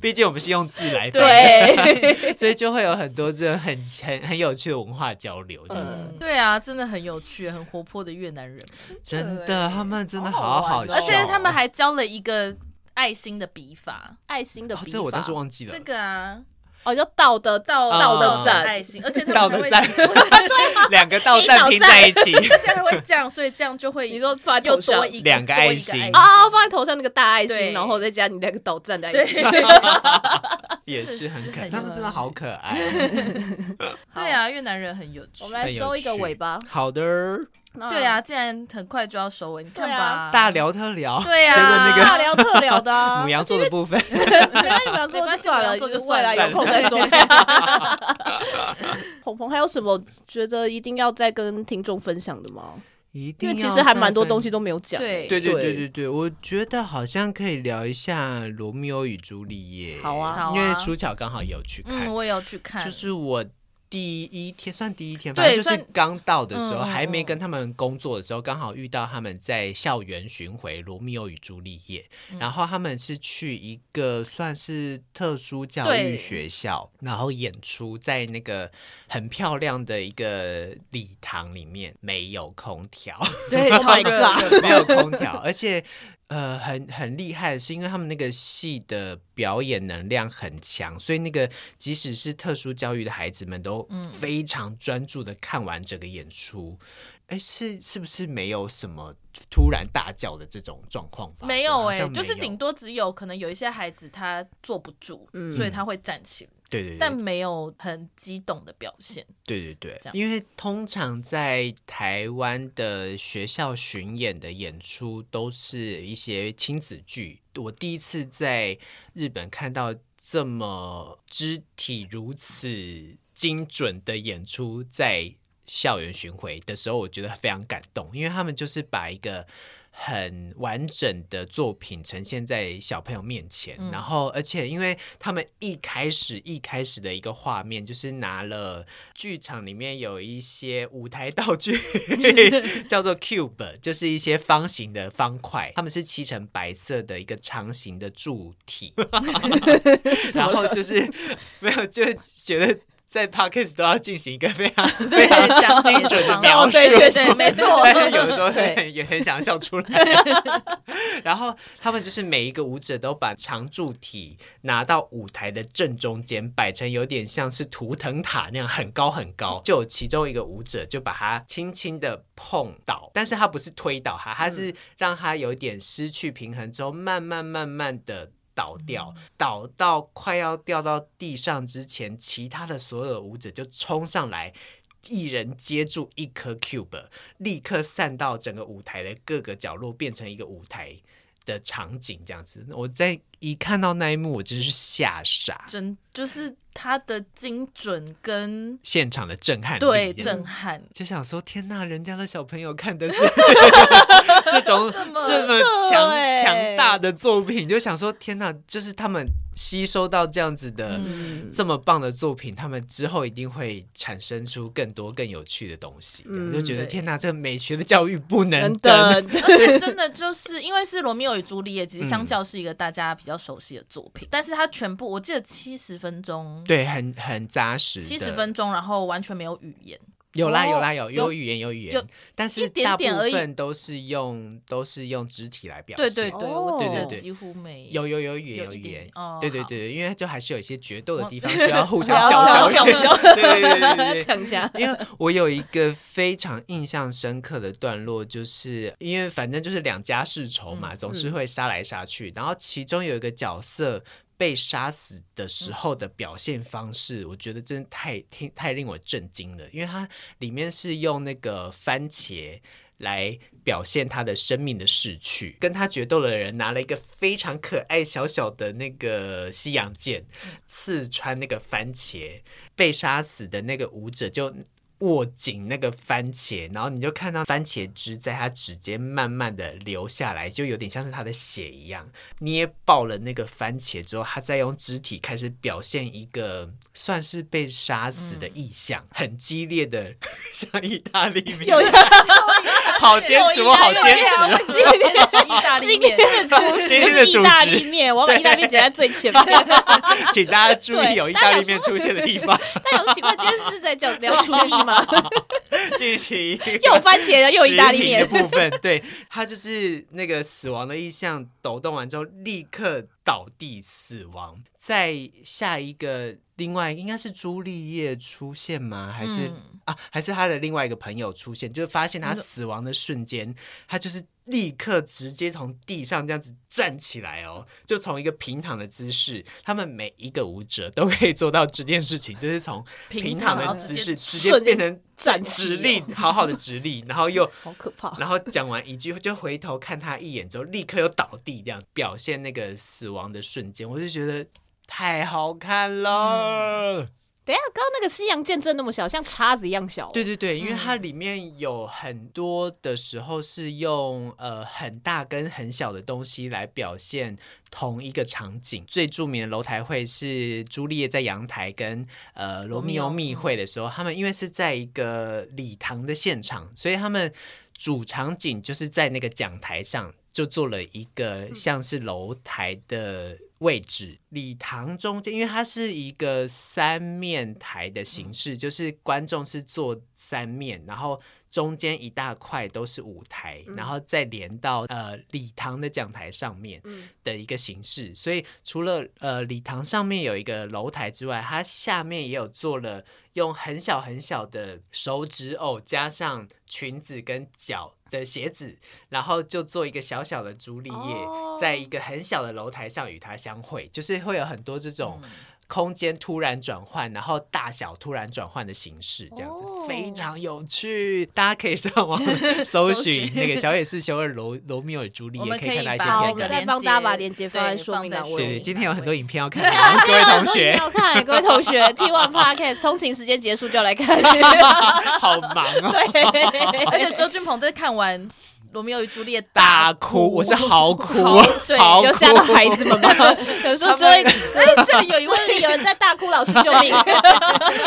Speaker 1: <laughs> 毕竟我们是用字来翻译，
Speaker 2: 对，
Speaker 1: 所以就会有很多这种很很很有趣的文化交流这样子。
Speaker 2: 嗯
Speaker 3: 对啊，真的很有趣，很活泼的越南人，
Speaker 1: 真的，
Speaker 2: 对
Speaker 1: 他们真的
Speaker 2: 好
Speaker 1: 好
Speaker 2: 好
Speaker 1: 好
Speaker 2: 玩
Speaker 1: 笑
Speaker 2: 哦
Speaker 1: 哦，
Speaker 3: 而且他们还教了一个爱心的笔法，
Speaker 2: 爱心的
Speaker 1: 哦
Speaker 2: 笔
Speaker 1: 这我
Speaker 2: 法
Speaker 1: 当时忘记了
Speaker 3: 这， <laughs> 个啊，
Speaker 2: 哦，就倒的倒倒
Speaker 1: 哦
Speaker 2: 的
Speaker 3: 赞
Speaker 2: 赞，
Speaker 3: 爱心，而且他
Speaker 1: 倒
Speaker 3: 们还
Speaker 1: 的
Speaker 3: 会， <laughs>
Speaker 1: 赞，两个倒赞拼在一起，
Speaker 3: 而且还会这样，所以这样就会
Speaker 2: 你说放在
Speaker 3: 又
Speaker 2: 头上
Speaker 3: 多一个
Speaker 1: 两个
Speaker 3: 多一
Speaker 1: 爱
Speaker 3: 个
Speaker 1: 心
Speaker 3: 心
Speaker 2: 哦，放在头上那个大爱
Speaker 3: 对
Speaker 2: 心，然后再加你两个倒赞的爱
Speaker 3: 对
Speaker 2: 心，。
Speaker 1: 也是很可爱，
Speaker 3: 很
Speaker 1: 他们真的
Speaker 3: 有趣
Speaker 1: 好可爱。
Speaker 3: 对啊，越南人很有趣
Speaker 2: 我。们来收一个尾巴。
Speaker 1: 好的，
Speaker 3: 对啊，，竟然很快就要收尾，你看
Speaker 2: 对啊
Speaker 3: 吧，
Speaker 1: 大聊特聊，
Speaker 3: 对啊
Speaker 1: 结果那
Speaker 2: 大
Speaker 1: 个
Speaker 2: 聊特聊的
Speaker 1: <laughs>
Speaker 2: 啊
Speaker 1: 母羊座的部分，
Speaker 2: <laughs> 没关系，不要做就算了，
Speaker 3: 没关系不要做就
Speaker 2: 未
Speaker 3: 算了
Speaker 2: 来有空再
Speaker 1: <laughs>
Speaker 2: 说。鹏鹏还有什么觉得一定要再跟听众分享的吗？
Speaker 1: 一定
Speaker 2: 因为
Speaker 1: 要
Speaker 2: 其实还蛮多
Speaker 1: 再分
Speaker 2: 东西。都没有讲。
Speaker 3: 对
Speaker 1: 对对对
Speaker 2: 对
Speaker 1: 对对，我觉得好像可以聊一下《罗密欧与朱丽叶》。
Speaker 2: 好啊
Speaker 3: 好啊
Speaker 1: 因为舒巧刚好有去看
Speaker 3: 嗯，，我也要去看，
Speaker 1: 就是我第一天算第一天，
Speaker 3: 对
Speaker 1: 反正就
Speaker 3: 算
Speaker 1: 是刚到的时候，
Speaker 3: 嗯嗯
Speaker 1: 还没
Speaker 3: 嗯
Speaker 1: 跟他们工作的时候，刚好遇到他们在校园巡回《罗密欧与朱丽叶》
Speaker 3: 嗯
Speaker 1: 然后他们是去一个算是特殊教育
Speaker 3: 对
Speaker 1: 学校，然后演出在那个很漂亮的一个礼堂里面，没有空调。 <laughs>
Speaker 3: 对，
Speaker 2: 超
Speaker 3: 超
Speaker 2: 热
Speaker 3: 热
Speaker 2: 的
Speaker 3: 的，
Speaker 1: 没有空调，而且呃很很厉害，是因为他们那个戏的表演能量很强，所以那个即使是特殊教育的孩子们都非常专注的看完整个演出。哎、是是不是没有什么突然大叫的这种状况发生？啊
Speaker 3: 没有
Speaker 1: 好
Speaker 3: 哎、
Speaker 1: 像没
Speaker 2: 嗯
Speaker 3: 就是顶多只有可能有一些孩子他坐不住，所以他会站起来。
Speaker 1: 对对对，
Speaker 3: 但没有很激动的表现。
Speaker 1: 对对对
Speaker 3: 这，样
Speaker 1: 因为通常在台湾的学校巡演的演出都是一些亲子剧。我第一次在日本看到这么肢体如此精准的演出，在校园巡回的时候，我觉得非常感动，因为他们就是把一个很完整的作品呈现在小朋友面前，
Speaker 3: 嗯
Speaker 1: 然后而且因为他们一开始一开始的一个画面就是拿了剧场里面有一些舞台道具 <laughs> 叫做 cube，就是一些方形的方块，他们是漆成白色的一个长形的柱体， <laughs> 然后就是没有就觉得。在 podcast 都要进行一个非常 <laughs>
Speaker 3: 对，讲解
Speaker 1: 准的
Speaker 3: 方
Speaker 1: 描
Speaker 2: 哦，
Speaker 1: 述
Speaker 3: 式，
Speaker 2: 对，确实
Speaker 3: 对没错
Speaker 1: 但是有的时候
Speaker 2: 对
Speaker 1: 也很想笑出来。 <laughs> 然后他们就是每一个舞者都把长柱体拿到舞台的正中间，摆成有点像是图腾塔那样很高很高。就有其中一个舞者就把它轻轻的碰倒，但是他不是推倒它，他是让它有点失去平衡之后，慢慢慢慢的。倒掉，倒到快要掉到地上之前，其他的所有的舞者就冲上来，一人接住一颗 cube，立刻散到整个舞台的各个角落，变成一个舞台的场景这样子。我在一看到那一幕，我真是吓傻，
Speaker 3: 真就是他的精准跟
Speaker 1: 现场的震撼力，
Speaker 3: 对
Speaker 1: 这样
Speaker 3: 震撼。
Speaker 1: 就想说天呐，人家的小朋友看的
Speaker 3: <laughs>
Speaker 1: 是这种这
Speaker 3: 么
Speaker 1: 么强
Speaker 2: 对
Speaker 1: 强大的作品，就想说天呐，就是他们吸收到这样子的。
Speaker 3: 嗯
Speaker 1: 这么棒的作品，他们之后一定会产生出更多更有趣的东西。这样就觉得
Speaker 3: 嗯对
Speaker 1: 天呐，这美学的教育不能
Speaker 2: 真的，
Speaker 3: 而且真的就是因为是《罗密欧与朱丽叶》，其实相较是一个大家比较熟悉的作品，但是它全部我记得七十分钟，
Speaker 1: 对，很很扎实的。
Speaker 3: 七十分钟，然后完全没有语言，
Speaker 1: 有啦
Speaker 2: 哦
Speaker 1: 有啦有有
Speaker 3: 有
Speaker 1: 语言有语言
Speaker 3: 有，
Speaker 1: 但是
Speaker 3: 一点
Speaker 1: 大部
Speaker 3: 点而已
Speaker 1: 分都是用都是用肢体来表
Speaker 3: 对
Speaker 1: 现。
Speaker 3: 对对，
Speaker 2: 哦
Speaker 3: 我记
Speaker 1: 对
Speaker 3: 得
Speaker 1: 对对
Speaker 3: 几乎没
Speaker 1: 有有有语言
Speaker 3: 有
Speaker 1: 有
Speaker 3: 一
Speaker 1: 语
Speaker 3: 点
Speaker 1: 言
Speaker 3: 哦，
Speaker 1: 对对
Speaker 3: 好哦
Speaker 1: 对，因为就还是有一些决斗的
Speaker 3: 我
Speaker 1: 地方需要互
Speaker 3: <laughs>
Speaker 1: 相
Speaker 2: 要
Speaker 1: 叫
Speaker 2: 叫
Speaker 1: <laughs> 嚣，对对对对对对，
Speaker 2: <laughs> 抢一下，
Speaker 1: 因为我有一个非常印象深刻的段落，就是因为反正就是两家世仇嘛，总是会杀来杀去。然后其中有一个角色被杀死的时候的表现方式，我觉得真的太听太令我震惊了，因为它里面是用那个番茄。来表现他的生命的逝去。跟他决斗的人拿了一个非常可爱小小的那个西洋剑，刺穿那个番茄。被杀死的那个舞者就握紧那个番茄，然后你就看到番茄汁在他指尖慢慢的流下来，就有点像是他的血一样。捏爆了那个番茄之后，他再用肢体开始表现一个算是被杀死的意象，很激烈的，像意大利面，
Speaker 2: 嗯
Speaker 1: <laughs>
Speaker 2: 有
Speaker 1: 好坚持，我好坚持
Speaker 2: <laughs>
Speaker 1: 哦。 <laughs>
Speaker 3: 今天是意大利
Speaker 2: 今
Speaker 3: 面
Speaker 2: 天，的主
Speaker 1: 今
Speaker 2: 题
Speaker 1: 天
Speaker 2: 就
Speaker 1: 的
Speaker 2: 是
Speaker 1: 主
Speaker 2: 意大
Speaker 1: 旨
Speaker 2: 利面，我要把意大利面剪在最前面。
Speaker 1: 请大家注意
Speaker 2: 对
Speaker 1: 有意
Speaker 2: 大
Speaker 1: 大
Speaker 2: 家
Speaker 1: 利面出现的地
Speaker 2: <laughs>
Speaker 1: 方，
Speaker 2: 但有奇怪，今天是在讲聊厨艺
Speaker 1: <laughs>
Speaker 2: 吗？
Speaker 1: 进行一个
Speaker 2: 又有番茄的，又有意大利面
Speaker 1: 食，品的部分，对，他就是那个死亡的意象抖动完之后，立刻倒地死亡。在下一个，另外应该是朱丽叶出现吗？还是、
Speaker 3: 嗯
Speaker 1: 啊，还是他的另外一个朋友出现？就是发现他死亡的瞬间，他就是立刻直接从地上这样子站起来哦，就从一个平躺的姿势，他们每一个舞者都可以做到这件事情，就是从
Speaker 3: 平
Speaker 1: 平
Speaker 3: 躺
Speaker 1: 躺
Speaker 3: 然
Speaker 1: 的
Speaker 3: 后
Speaker 1: 姿
Speaker 3: 直接
Speaker 1: 势直接
Speaker 2: 瞬间
Speaker 1: 变
Speaker 3: <laughs>
Speaker 1: 成
Speaker 2: 站
Speaker 1: 直
Speaker 2: 起
Speaker 1: 立，好好的直立，然后又
Speaker 2: 好可怕。
Speaker 1: 然后讲完一句就回头看他一眼之后，立刻又倒地，这样表现那个死亡的瞬间，我就觉得太好看
Speaker 3: 嗯
Speaker 1: 了。
Speaker 2: 等一下，刚刚那个西洋剑真的那么小，像叉子一样小哦。
Speaker 1: 对对对，因为它
Speaker 3: 嗯
Speaker 1: 里面有很多的时候是用呃很大跟很小的东西来表现同一个场景。最著名的楼台会是朱丽叶在阳台跟呃罗密欧
Speaker 3: 罗密欧
Speaker 1: 密会的时候，他们因为是在一个礼堂的现场，所以他们主场景就是在那个讲台上。就做了一个像是楼台的位置，礼堂中间，因为它是一个三面台的形式，就是观众是坐三面，然后中间一大块都是舞台，然后再连到呃礼堂的讲台上面
Speaker 2: 嗯
Speaker 1: 的一个形式。所以除了呃礼堂上面有一个楼台之外，它下面也有做了用很小很小的手指偶加上裙子跟脚的鞋子，然后就做一个小小的朱丽叶，
Speaker 2: 哦
Speaker 1: 在一个很小的楼台上与它相会，就是会有很多这种、空间突然转换，然后大小突然转换的形式，这样子、
Speaker 2: 哦
Speaker 1: 非常有趣。大家可以上网搜寻
Speaker 3: 寻
Speaker 1: 那个小野寺修二罗罗密欧与朱丽
Speaker 3: 我
Speaker 1: 叶，
Speaker 3: 们
Speaker 1: 可以
Speaker 3: 可以
Speaker 1: 看到一些
Speaker 3: 把
Speaker 2: 好，
Speaker 1: 片
Speaker 2: 我们
Speaker 1: 段。
Speaker 2: 再
Speaker 3: 连
Speaker 2: 帮大家
Speaker 3: 接
Speaker 2: 把链接放在
Speaker 3: 对
Speaker 2: 说
Speaker 3: 放
Speaker 2: 明
Speaker 3: 在
Speaker 2: 栏
Speaker 3: 说
Speaker 2: 位
Speaker 3: 明
Speaker 1: 对，
Speaker 2: 里。
Speaker 1: 今天有很多影片要
Speaker 3: <laughs>
Speaker 1: 看，
Speaker 2: 啊，
Speaker 1: <laughs> 各位同
Speaker 2: 一定
Speaker 1: 学，
Speaker 2: 要看，各位
Speaker 1: <laughs>
Speaker 2: 同学，听完 podcast，通勤时间结束就来看。
Speaker 1: 好忙哦，
Speaker 2: 对，
Speaker 3: <laughs> 而
Speaker 2: <laughs>
Speaker 3: 且周俊鹏在看完《罗密欧与朱丽叶》
Speaker 1: 哎大哭，
Speaker 3: <laughs>
Speaker 1: 我是嚎哭，哦
Speaker 3: 对
Speaker 1: 嚎
Speaker 2: 有
Speaker 1: 哭，
Speaker 2: 吓到孩子们吗？
Speaker 1: <laughs>
Speaker 2: 有时候说，哎，这里有一位，这里有人在大哭，老师救命！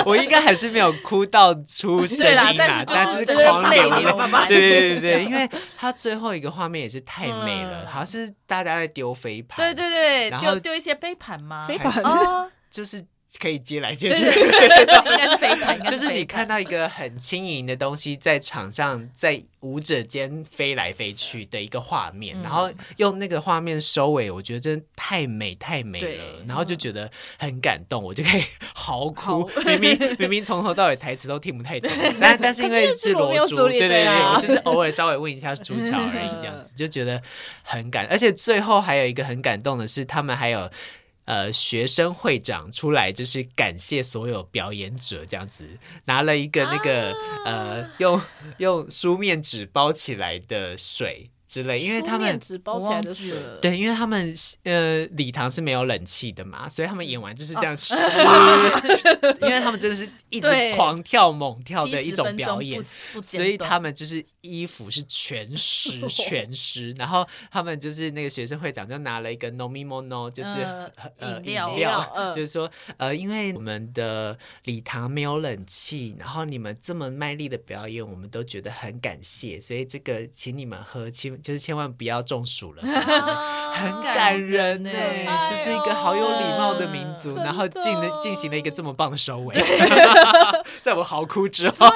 Speaker 1: 我应该还是没有哭到出声音啊
Speaker 3: 对啦但
Speaker 1: 但
Speaker 3: 是就是
Speaker 1: 是
Speaker 3: 就是
Speaker 1: 狂
Speaker 3: 泪
Speaker 1: 流
Speaker 3: 流满
Speaker 1: 对对对对，因为他最后一个画面也是太美了，
Speaker 3: 嗯
Speaker 1: 好像是大家在丢飞盘，
Speaker 3: 对对对，
Speaker 1: 然后
Speaker 3: 丢丢一些杯盘吗？
Speaker 2: 飞
Speaker 1: 盘 <laughs>
Speaker 3: 哦，
Speaker 1: 就是可以接来接
Speaker 3: 对
Speaker 1: 去。 <laughs>
Speaker 3: 对对对，对应该是飞盘，应该
Speaker 1: 就是
Speaker 3: 飞
Speaker 1: 你
Speaker 3: 盘
Speaker 1: 看到一个很轻盈的东西在场上，在舞者间飞来飞去的一个画面，
Speaker 3: 嗯
Speaker 1: 然后用那个画面收尾，我觉得真的太美太美
Speaker 3: 对
Speaker 1: 了，然后就觉得很感动，我就可以 <laughs> 嚎哭。
Speaker 3: 好
Speaker 1: 明明明明从头到尾台词都听不太懂，但但是因为
Speaker 2: 可是是
Speaker 1: 是
Speaker 2: 罗
Speaker 1: 罗
Speaker 2: 密欧朱
Speaker 1: 珠，
Speaker 2: 丽
Speaker 1: 对
Speaker 2: 叶
Speaker 1: 对对，
Speaker 2: 啊
Speaker 1: 我就是偶尔稍微问一下朱乔而已，这样子就觉得很感，而且最后还有一个很感动的是，他们还有呃学生会长出来，就是感谢所有表演者这样子，拿了一个那个、
Speaker 3: 啊
Speaker 1: 呃用用书面纸包起来的水之类，因为
Speaker 2: <laughs>
Speaker 1: 他
Speaker 4: 书面
Speaker 1: 们。
Speaker 4: 纸包
Speaker 3: 我
Speaker 4: 起来
Speaker 3: 忘
Speaker 4: 的
Speaker 3: 记
Speaker 4: 水，
Speaker 3: 了，
Speaker 1: 对，因为他们呃礼堂是没有冷气的嘛，所以他们演完就是这样嘶、
Speaker 3: 哦
Speaker 1: <laughs> 因为他们真的是一直
Speaker 3: 对
Speaker 1: 狂跳猛跳的一
Speaker 3: 70
Speaker 1: 种
Speaker 3: 分钟
Speaker 1: 表
Speaker 3: 不
Speaker 1: 演，
Speaker 3: 不间
Speaker 1: 所以
Speaker 3: 断
Speaker 1: 他们就是衣服是全湿全湿，然后他们就是那个学生会长就拿了一个 nomi mono，就是 <laughs>
Speaker 3: 呃
Speaker 1: 呃
Speaker 3: 饮
Speaker 1: 饮
Speaker 3: 料
Speaker 2: 料嗯
Speaker 1: 就是说呃，因为我们的礼堂没有冷气，然后你们这么卖力的表演，我们都觉得很感谢，所以这个请你们喝，千就是千万不要中暑了。什么什么
Speaker 2: 啊
Speaker 1: 很感人呢、
Speaker 3: 感人
Speaker 2: 欸
Speaker 1: 这是一个好有礼貌的民
Speaker 3: 哎
Speaker 1: 族，
Speaker 2: 呦
Speaker 1: 然后进了进行了一个这么棒的收尾， <laughs> 在我嚎哭之后，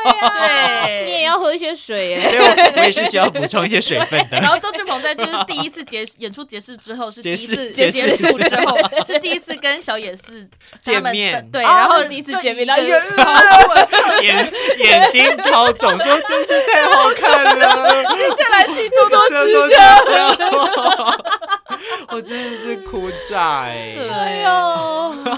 Speaker 3: 对，
Speaker 2: 你也要喝一些水耶。
Speaker 1: <laughs> 所以我我也是需要补充一些水分的。
Speaker 3: 然后周俊鹏在就是第一次结演出结束之后，是第一次
Speaker 1: 结
Speaker 3: 结
Speaker 1: 束结束
Speaker 3: 束之
Speaker 1: <laughs>
Speaker 3: 后，是第一次跟小野寺他们
Speaker 1: 见面啊
Speaker 3: 对，
Speaker 2: 哦
Speaker 3: 然后
Speaker 2: 第一次
Speaker 3: 就
Speaker 2: 见面
Speaker 3: 一个
Speaker 2: 然后就
Speaker 3: 超过了
Speaker 1: 眼眼睛超肿，说真是太好看了，接下来请多多指教。 <laughs> 我真的是哭炸哎、
Speaker 3: 对
Speaker 2: 哎
Speaker 1: 啊
Speaker 2: 呦，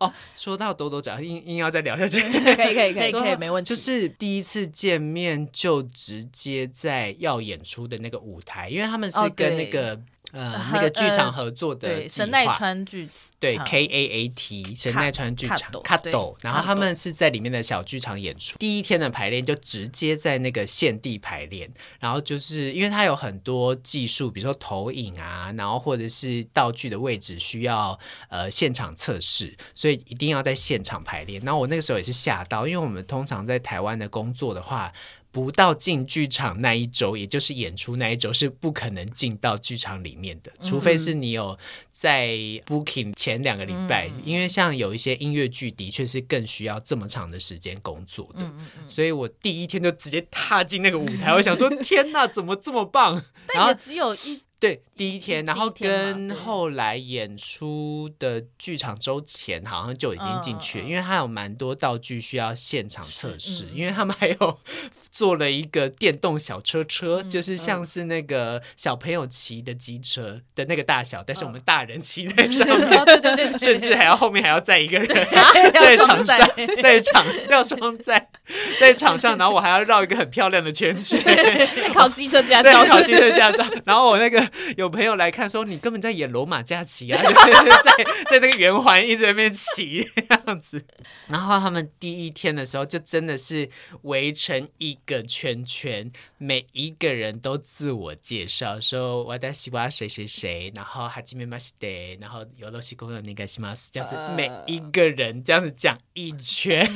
Speaker 1: 哦，说到多多讲，硬硬要再聊下去。
Speaker 2: 可以可以可
Speaker 3: 可
Speaker 2: 以
Speaker 3: 以，没问题
Speaker 1: 就是第一次见面就直接在要演出的那个舞台，因为他们是
Speaker 3: 哦
Speaker 1: 跟
Speaker 3: 对
Speaker 1: 那个、呃
Speaker 3: 和
Speaker 1: 那个剧
Speaker 3: 呃
Speaker 1: 场合作的
Speaker 3: 对
Speaker 1: 计
Speaker 3: 神奈
Speaker 1: 划
Speaker 3: 川剧
Speaker 1: 对
Speaker 3: 场
Speaker 1: K A A T 神奈川剧场
Speaker 3: Cut-
Speaker 1: Cut-
Speaker 3: 对
Speaker 1: Cut- 然后
Speaker 3: Cut-
Speaker 1: 他们是在里面的小剧场演出。第一天的排练就直接在那个现地排练，然后就是因为它有很多技术，比如说投影啊，然后或者是道具的位置需要呃现场测试，所以一定要在现场排练。然后我那个时候也是吓到，因为我们通常在台湾的工作的话。不到进剧场那一周，也就是演出那一周，是不可能进到剧场里面的，除非是你有在 booking 前两个礼
Speaker 3: 嗯
Speaker 1: 拜，因为像有一些音乐剧的确是更需要这么长的时间工作的，
Speaker 3: 嗯
Speaker 1: 所以我第一天就直接踏进那个舞台，我想说天
Speaker 3: <laughs>
Speaker 1: 哪，怎么这么棒？然
Speaker 3: 但
Speaker 1: 后
Speaker 3: 也只有一
Speaker 1: 对第一天，然后
Speaker 3: 第一天嘛
Speaker 1: 跟
Speaker 3: 对
Speaker 1: 后来演出的剧场周前好像就已经进去了，
Speaker 3: 嗯嗯嗯
Speaker 1: 因为它有蛮多道具需要现场测
Speaker 3: 是
Speaker 1: 试，
Speaker 3: 嗯嗯
Speaker 1: 因为他们还有做了一个电动小车车，
Speaker 3: 嗯
Speaker 1: 就是像是那个小朋友骑的机车的那个大小，但是我们
Speaker 3: 嗯
Speaker 1: 大人骑在
Speaker 3: <laughs>
Speaker 1: 上面。
Speaker 3: 哦，对对对对，
Speaker 1: 甚至还要后面还要载一个人 <laughs> 在场上， <laughs> 在场要双载，在场上，然后我还要绕一个很漂亮的圈圈，
Speaker 2: 在考机车驾
Speaker 1: 对，
Speaker 2: 照，
Speaker 1: 考汽车驾照。然后我那个有朋友来看说，你根本在演罗马假期啊， <laughs> 就是在在那个圆环一直在那边骑这样子。 <laughs> 然后他们第一天的时候，就真的是围成一个圈圈，每一个人都自我介绍，说我在西瓜谁谁谁，然后哈基米马西德，然后有罗西公有那个西马斯，这样子
Speaker 2: 呃
Speaker 1: 每一个人这样子讲一 <laughs> 圈。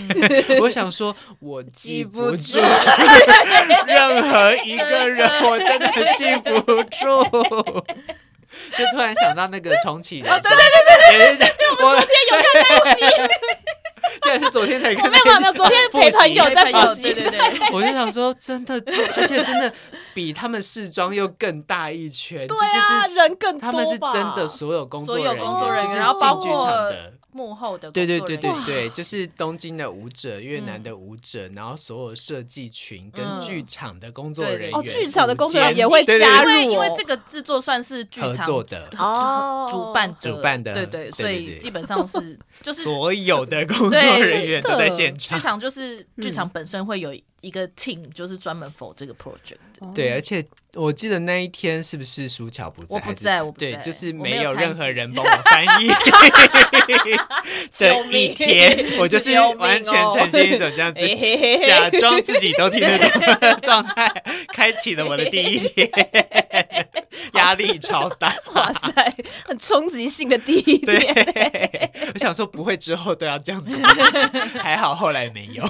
Speaker 1: 我想说，我记不住 <laughs> 任何一个人，我真的记不住。就突然想到那个重启人生，对对对对对，我昨天有看那集， <laughs> 竟然是昨天才看
Speaker 2: 没有没有没有，昨天陪朋友在
Speaker 3: 朋
Speaker 2: 复
Speaker 3: 友
Speaker 2: 习
Speaker 3: 对，对对，
Speaker 1: 我就想说，真的，真的而且真的比他们试妆又更大一圈，
Speaker 2: 对啊，
Speaker 1: 就是
Speaker 2: 人更多吧，
Speaker 1: 他们是真的所有工作
Speaker 3: 所有工作
Speaker 1: 员，
Speaker 3: 人员
Speaker 1: 就是
Speaker 3: 然后包
Speaker 1: 进剧场
Speaker 3: 括
Speaker 1: 的
Speaker 3: <laughs> 幕后的
Speaker 1: 对
Speaker 3: 工作人
Speaker 1: 对对对
Speaker 3: 员一起
Speaker 1: 对，就是东京的舞者、越南的舞者，然后所有设计群跟
Speaker 3: 嗯
Speaker 1: 剧场的工作
Speaker 3: 对
Speaker 1: 人员，
Speaker 2: 哦剧场的工作人员
Speaker 1: 组建
Speaker 2: 也会
Speaker 1: 对对
Speaker 2: 加
Speaker 1: 对
Speaker 3: 因为
Speaker 2: 入
Speaker 3: 因为
Speaker 2: 哦
Speaker 3: 这个制作算是剧
Speaker 1: 合
Speaker 3: 场
Speaker 1: 作的
Speaker 2: 哦
Speaker 3: 主办
Speaker 1: 主办的
Speaker 3: 对对，
Speaker 1: 对
Speaker 3: 所
Speaker 1: 对
Speaker 3: 以
Speaker 1: 对
Speaker 3: 基本上
Speaker 1: <laughs>
Speaker 3: 是就是
Speaker 1: 所有的工作
Speaker 3: 对
Speaker 1: 人员都在
Speaker 2: 真的
Speaker 1: 现
Speaker 3: 剧
Speaker 1: 场。
Speaker 3: 场就是剧场本身会有一个 team，就是专门 for 这个 project 的。
Speaker 1: 对，而且我记得那一天是不是舒乔不在？
Speaker 3: 我不
Speaker 1: 还是
Speaker 3: 在我不
Speaker 1: 对
Speaker 3: 在，
Speaker 1: 就是
Speaker 3: 我没
Speaker 1: 没
Speaker 3: 有
Speaker 1: 有
Speaker 3: 参
Speaker 1: 任何
Speaker 3: 与
Speaker 1: 人帮我翻
Speaker 3: <laughs>
Speaker 1: 译
Speaker 2: 救
Speaker 1: 的一
Speaker 2: 命
Speaker 1: 天，我就是
Speaker 2: 救命
Speaker 1: 完全
Speaker 2: 哦
Speaker 1: 呈现一种这
Speaker 3: <laughs>
Speaker 1: 样子
Speaker 2: 嘿嘿嘿嘿
Speaker 1: 假装自己都听得懂的状态，开启了我的第一天，压力超大。
Speaker 2: 哇塞，很冲击性的第一
Speaker 1: 对
Speaker 2: 点。，
Speaker 1: 我想说不会之后都要这样子，
Speaker 3: <laughs>
Speaker 1: 还好后来没有。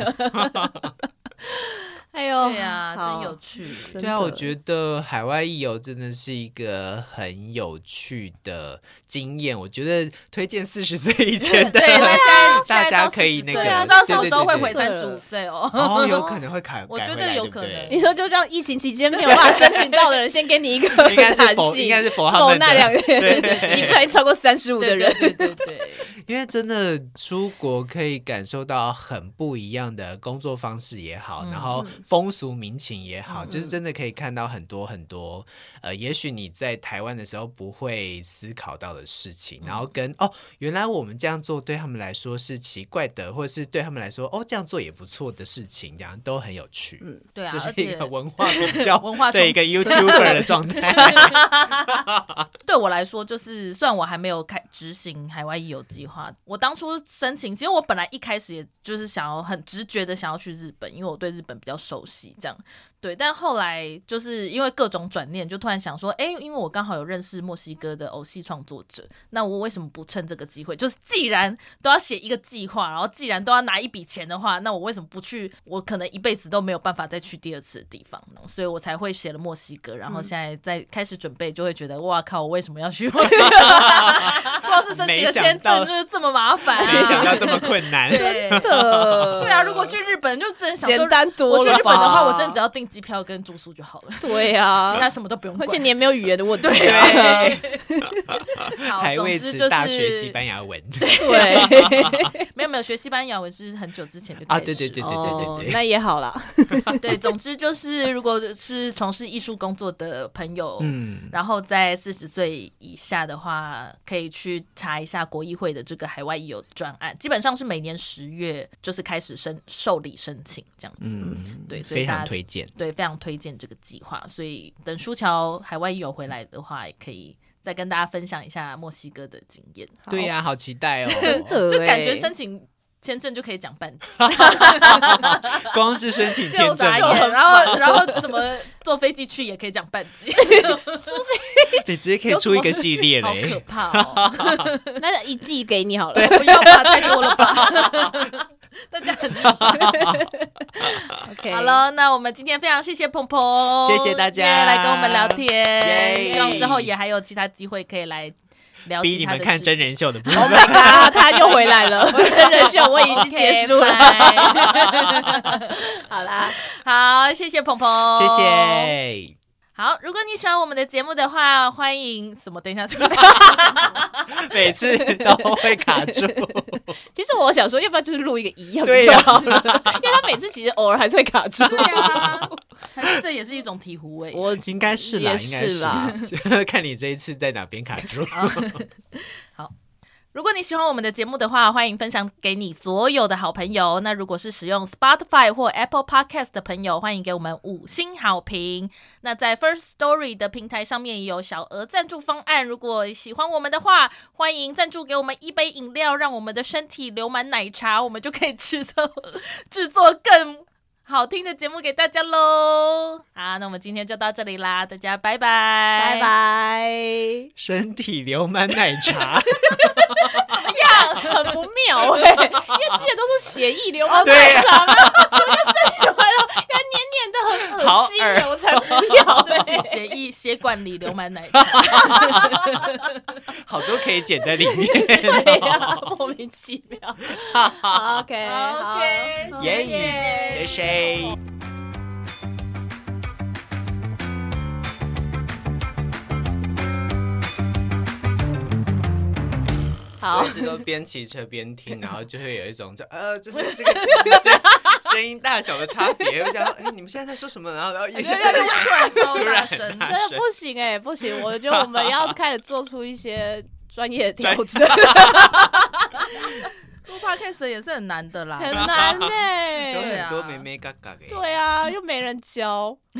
Speaker 2: 哎呦，
Speaker 3: 对啊，真
Speaker 2: 好
Speaker 3: 有趣。
Speaker 2: 真
Speaker 1: 对啊，
Speaker 2: 的
Speaker 1: 我觉得海外一游真的是一个很有趣的经验。我觉得推荐四十岁以前的
Speaker 3: 对，啊
Speaker 1: <laughs>
Speaker 3: 他现在
Speaker 1: 大
Speaker 3: 现在
Speaker 1: 家
Speaker 3: 都
Speaker 1: 可以
Speaker 3: 40
Speaker 1: 那
Speaker 3: 岁
Speaker 1: 个
Speaker 3: 了不知道什么时候会
Speaker 1: 对对
Speaker 3: 回
Speaker 1: 对
Speaker 3: 三十五岁哦。
Speaker 1: 哦，有可能会改，
Speaker 3: 我
Speaker 1: 改
Speaker 3: 觉
Speaker 1: 回
Speaker 3: 得
Speaker 1: 来
Speaker 3: 有
Speaker 1: 对不
Speaker 3: 可
Speaker 1: 对
Speaker 2: <laughs>
Speaker 3: 能
Speaker 2: 你说就让疫情期间没有办法申请到的人，先给你一个
Speaker 1: 应该是
Speaker 2: 弹
Speaker 1: 否
Speaker 2: 性，
Speaker 1: 应该是否他
Speaker 2: 否
Speaker 1: 们
Speaker 3: <laughs>
Speaker 1: 的
Speaker 2: 那两个月，
Speaker 1: 对
Speaker 3: 对 <laughs> 对
Speaker 2: 你不能超过三十五的
Speaker 3: 对
Speaker 2: 人
Speaker 3: 对。对对对，
Speaker 1: 因为真的出国可以感受到很不一样的工作方式也好，然后
Speaker 3: 嗯
Speaker 1: 风俗民情也好，就是真的可以看到很多很多呃，也许你在台湾的时候不会思考到的事情，然后
Speaker 3: 嗯
Speaker 1: 跟哦，原来我们这样做对他们来说是奇怪的，或者是对他们来说哦这样做也不错的事情，这样都很有趣。
Speaker 3: 对
Speaker 1: <laughs>
Speaker 3: 啊
Speaker 1: 这，
Speaker 3: 而
Speaker 1: 是一
Speaker 3: 且
Speaker 1: 个文化比较
Speaker 3: <laughs> 文化
Speaker 1: 对一个
Speaker 3: 冲击
Speaker 1: YouTuber 的状态，
Speaker 3: <laughs> 对我来说，就是虽然我还没有开执行海外一游计划，我当初申请，其实我本来一开始也就是想要很直觉的想要去日本，因为我对日本比较熟悉，这样对。但后来就是因为各种转念，就突然想说，哎，因为我刚好有认识墨西哥的偶戏创作者，那我为什么不趁这个机会？就是既然都要写一个计划，然后既然都要拿一笔钱的话，那我为什么不去？我可能一辈子都没有办法再去第二次的地方呢，所以我才会写了墨西哥，
Speaker 1: 嗯
Speaker 3: 然后现在在开始准备，就会觉得哇靠，我为什么要去墨 <laughs> 西哥？光是申请个签证就是这么麻烦
Speaker 1: 没想
Speaker 3: 啊！
Speaker 1: 到这么困难。
Speaker 3: 对
Speaker 2: <laughs> 的，
Speaker 3: 对啊，如果去日本就真的想
Speaker 2: 简
Speaker 3: 说，
Speaker 2: 单多了。
Speaker 3: 我去日本的话，我真的只。要订机票跟住宿就好了，
Speaker 2: 对
Speaker 3: 其他
Speaker 2: 啊，
Speaker 3: 什么都不用
Speaker 2: 而
Speaker 3: 管。
Speaker 2: 且你也没有语言的问题。
Speaker 1: 对，
Speaker 3: 好，
Speaker 1: 还
Speaker 3: 总
Speaker 1: 为
Speaker 3: 之
Speaker 1: 此
Speaker 3: 就是
Speaker 1: 大学西班牙文。 <laughs>
Speaker 2: 对，
Speaker 3: 没有没有学西班牙文是很久之前就
Speaker 1: 啊
Speaker 3: 开始
Speaker 1: 对对对
Speaker 3: 了哦
Speaker 2: 哦
Speaker 1: 对对
Speaker 2: 那也
Speaker 3: <laughs>
Speaker 2: 好啦。
Speaker 3: 对，总之就是，如果是从事艺术工作的朋友，
Speaker 1: 嗯，
Speaker 3: 然后在四十岁以下的话，可以去查一下国议会的这个海外艺游专案，基本上是每年十月就是开始申受理申请这样子。
Speaker 1: 嗯，
Speaker 3: 对所以
Speaker 1: 非
Speaker 3: 大
Speaker 1: 常
Speaker 3: 家
Speaker 1: 推荐。
Speaker 3: 对，非常推荐这个计划。所以等舒乔海外艺游回来的话，也可以再跟大家分享一下墨西哥的经验。
Speaker 2: 好
Speaker 1: 对呀、好期待
Speaker 3: <laughs>
Speaker 1: 哦！
Speaker 2: 真，的
Speaker 3: 就感
Speaker 2: 欸
Speaker 3: 觉申请签证就可以讲半天。
Speaker 1: 光是申请签
Speaker 3: 啊就
Speaker 1: 证
Speaker 3: 眨
Speaker 1: 哦，
Speaker 3: 眼，然后然后怎么坐飞机去也可以讲半集，
Speaker 1: 你直接可以出一个系列
Speaker 3: <laughs> 好可
Speaker 1: 嘞。
Speaker 3: 怕哦！
Speaker 2: 那一季给你好了。
Speaker 3: 不要吧， <laughs> 太多了吧。大家很
Speaker 2: OK，
Speaker 3: 好，了，那我们今天非常谢谢鹏鹏，
Speaker 1: 谢谢大家
Speaker 3: 耶来跟我们聊天，
Speaker 1: 耶
Speaker 3: 希望之后也还有其他机会可以来聊
Speaker 1: 逼
Speaker 3: 其
Speaker 1: 你
Speaker 3: 他
Speaker 1: 们
Speaker 3: 的
Speaker 1: 看
Speaker 3: 事
Speaker 1: 真
Speaker 3: 情 <laughs>
Speaker 1: 人秀的部
Speaker 2: Oh
Speaker 1: 分，
Speaker 2: my god，他又回来了，真人秀我已经
Speaker 1: <laughs>
Speaker 2: 结
Speaker 3: <laughs>
Speaker 2: 束
Speaker 3: OK，
Speaker 2: 了。
Speaker 3: 拜
Speaker 2: 好啦，
Speaker 3: 好，谢谢鹏鹏，
Speaker 1: 谢。谢。
Speaker 3: 好，如果你喜欢我们的节目的话，欢迎什么？等一下，
Speaker 1: 每次都会卡
Speaker 3: <laughs>
Speaker 1: 住，
Speaker 2: 其实我想说，要不要就是录一个一样
Speaker 1: 对
Speaker 2: 就
Speaker 1: 啊
Speaker 2: 好了， <laughs> 因为他每次其实偶尔还是会卡住。
Speaker 3: 对啊， <laughs> 还是这也是一种欸醍醐味。
Speaker 2: 我
Speaker 1: 应该是啦，
Speaker 2: 也
Speaker 1: 应该
Speaker 2: 是啦
Speaker 1: 啦。 <laughs> 看你这一次在哪边卡住。
Speaker 3: 啊如果你喜欢我们的节目的话，欢迎分享给你所有的好朋友。那如果是使用 Spotify 或 Apple Podcast 的朋友，欢迎给我们五星好评。那在 First Story 的平台上面也有小额赞助方案，如果喜欢我们的话，欢迎赞助给我们一杯饮料，让我们的身体流满奶茶，我们就可以制作 <laughs> 制作更好听的节目给大家喽。好，那我们今天就到这里啦，大家拜拜，
Speaker 2: 拜。拜。
Speaker 1: 身体流满奶
Speaker 3: <laughs>
Speaker 1: 茶，
Speaker 3: 哎
Speaker 2: 很不妙哎、因为之前都是血意流满
Speaker 1: 对
Speaker 2: 奶
Speaker 1: 啊
Speaker 2: 茶，什么叫身体流满奶茶？要黏黏的，很恶心、欸，
Speaker 1: 好
Speaker 2: 我才不要、 <laughs>
Speaker 3: 对不
Speaker 2: 欸
Speaker 3: 起，。血液血管里流满奶茶。
Speaker 1: 好多可以剪在里面。哦
Speaker 3: <laughs>
Speaker 2: 对呀、莫名其妙。好 OK，好
Speaker 3: OK，
Speaker 1: <laughs> 耶，谢
Speaker 3: 谢
Speaker 1: 谢。
Speaker 2: 好
Speaker 1: 我一直都边骑车边
Speaker 3: <laughs>
Speaker 1: 听，然后就会有一种就呃，就是这个声声音大小的差别。我想说，哎、你们现在在说什么？然后然后
Speaker 3: <laughs>
Speaker 1: 一下
Speaker 3: 哎对对对突然超大
Speaker 1: 突然
Speaker 3: 声，
Speaker 1: 大
Speaker 2: 真的不行哎、不行！我觉得我们要开始做出一些专业调 <laughs> 整，
Speaker 3: 录 podcast 也是很难的啦。
Speaker 2: 很难哎、
Speaker 1: 有
Speaker 3: 对
Speaker 1: 很
Speaker 3: 啊
Speaker 1: 多妹妹嘎嘎的。
Speaker 2: 对啊，又没人教，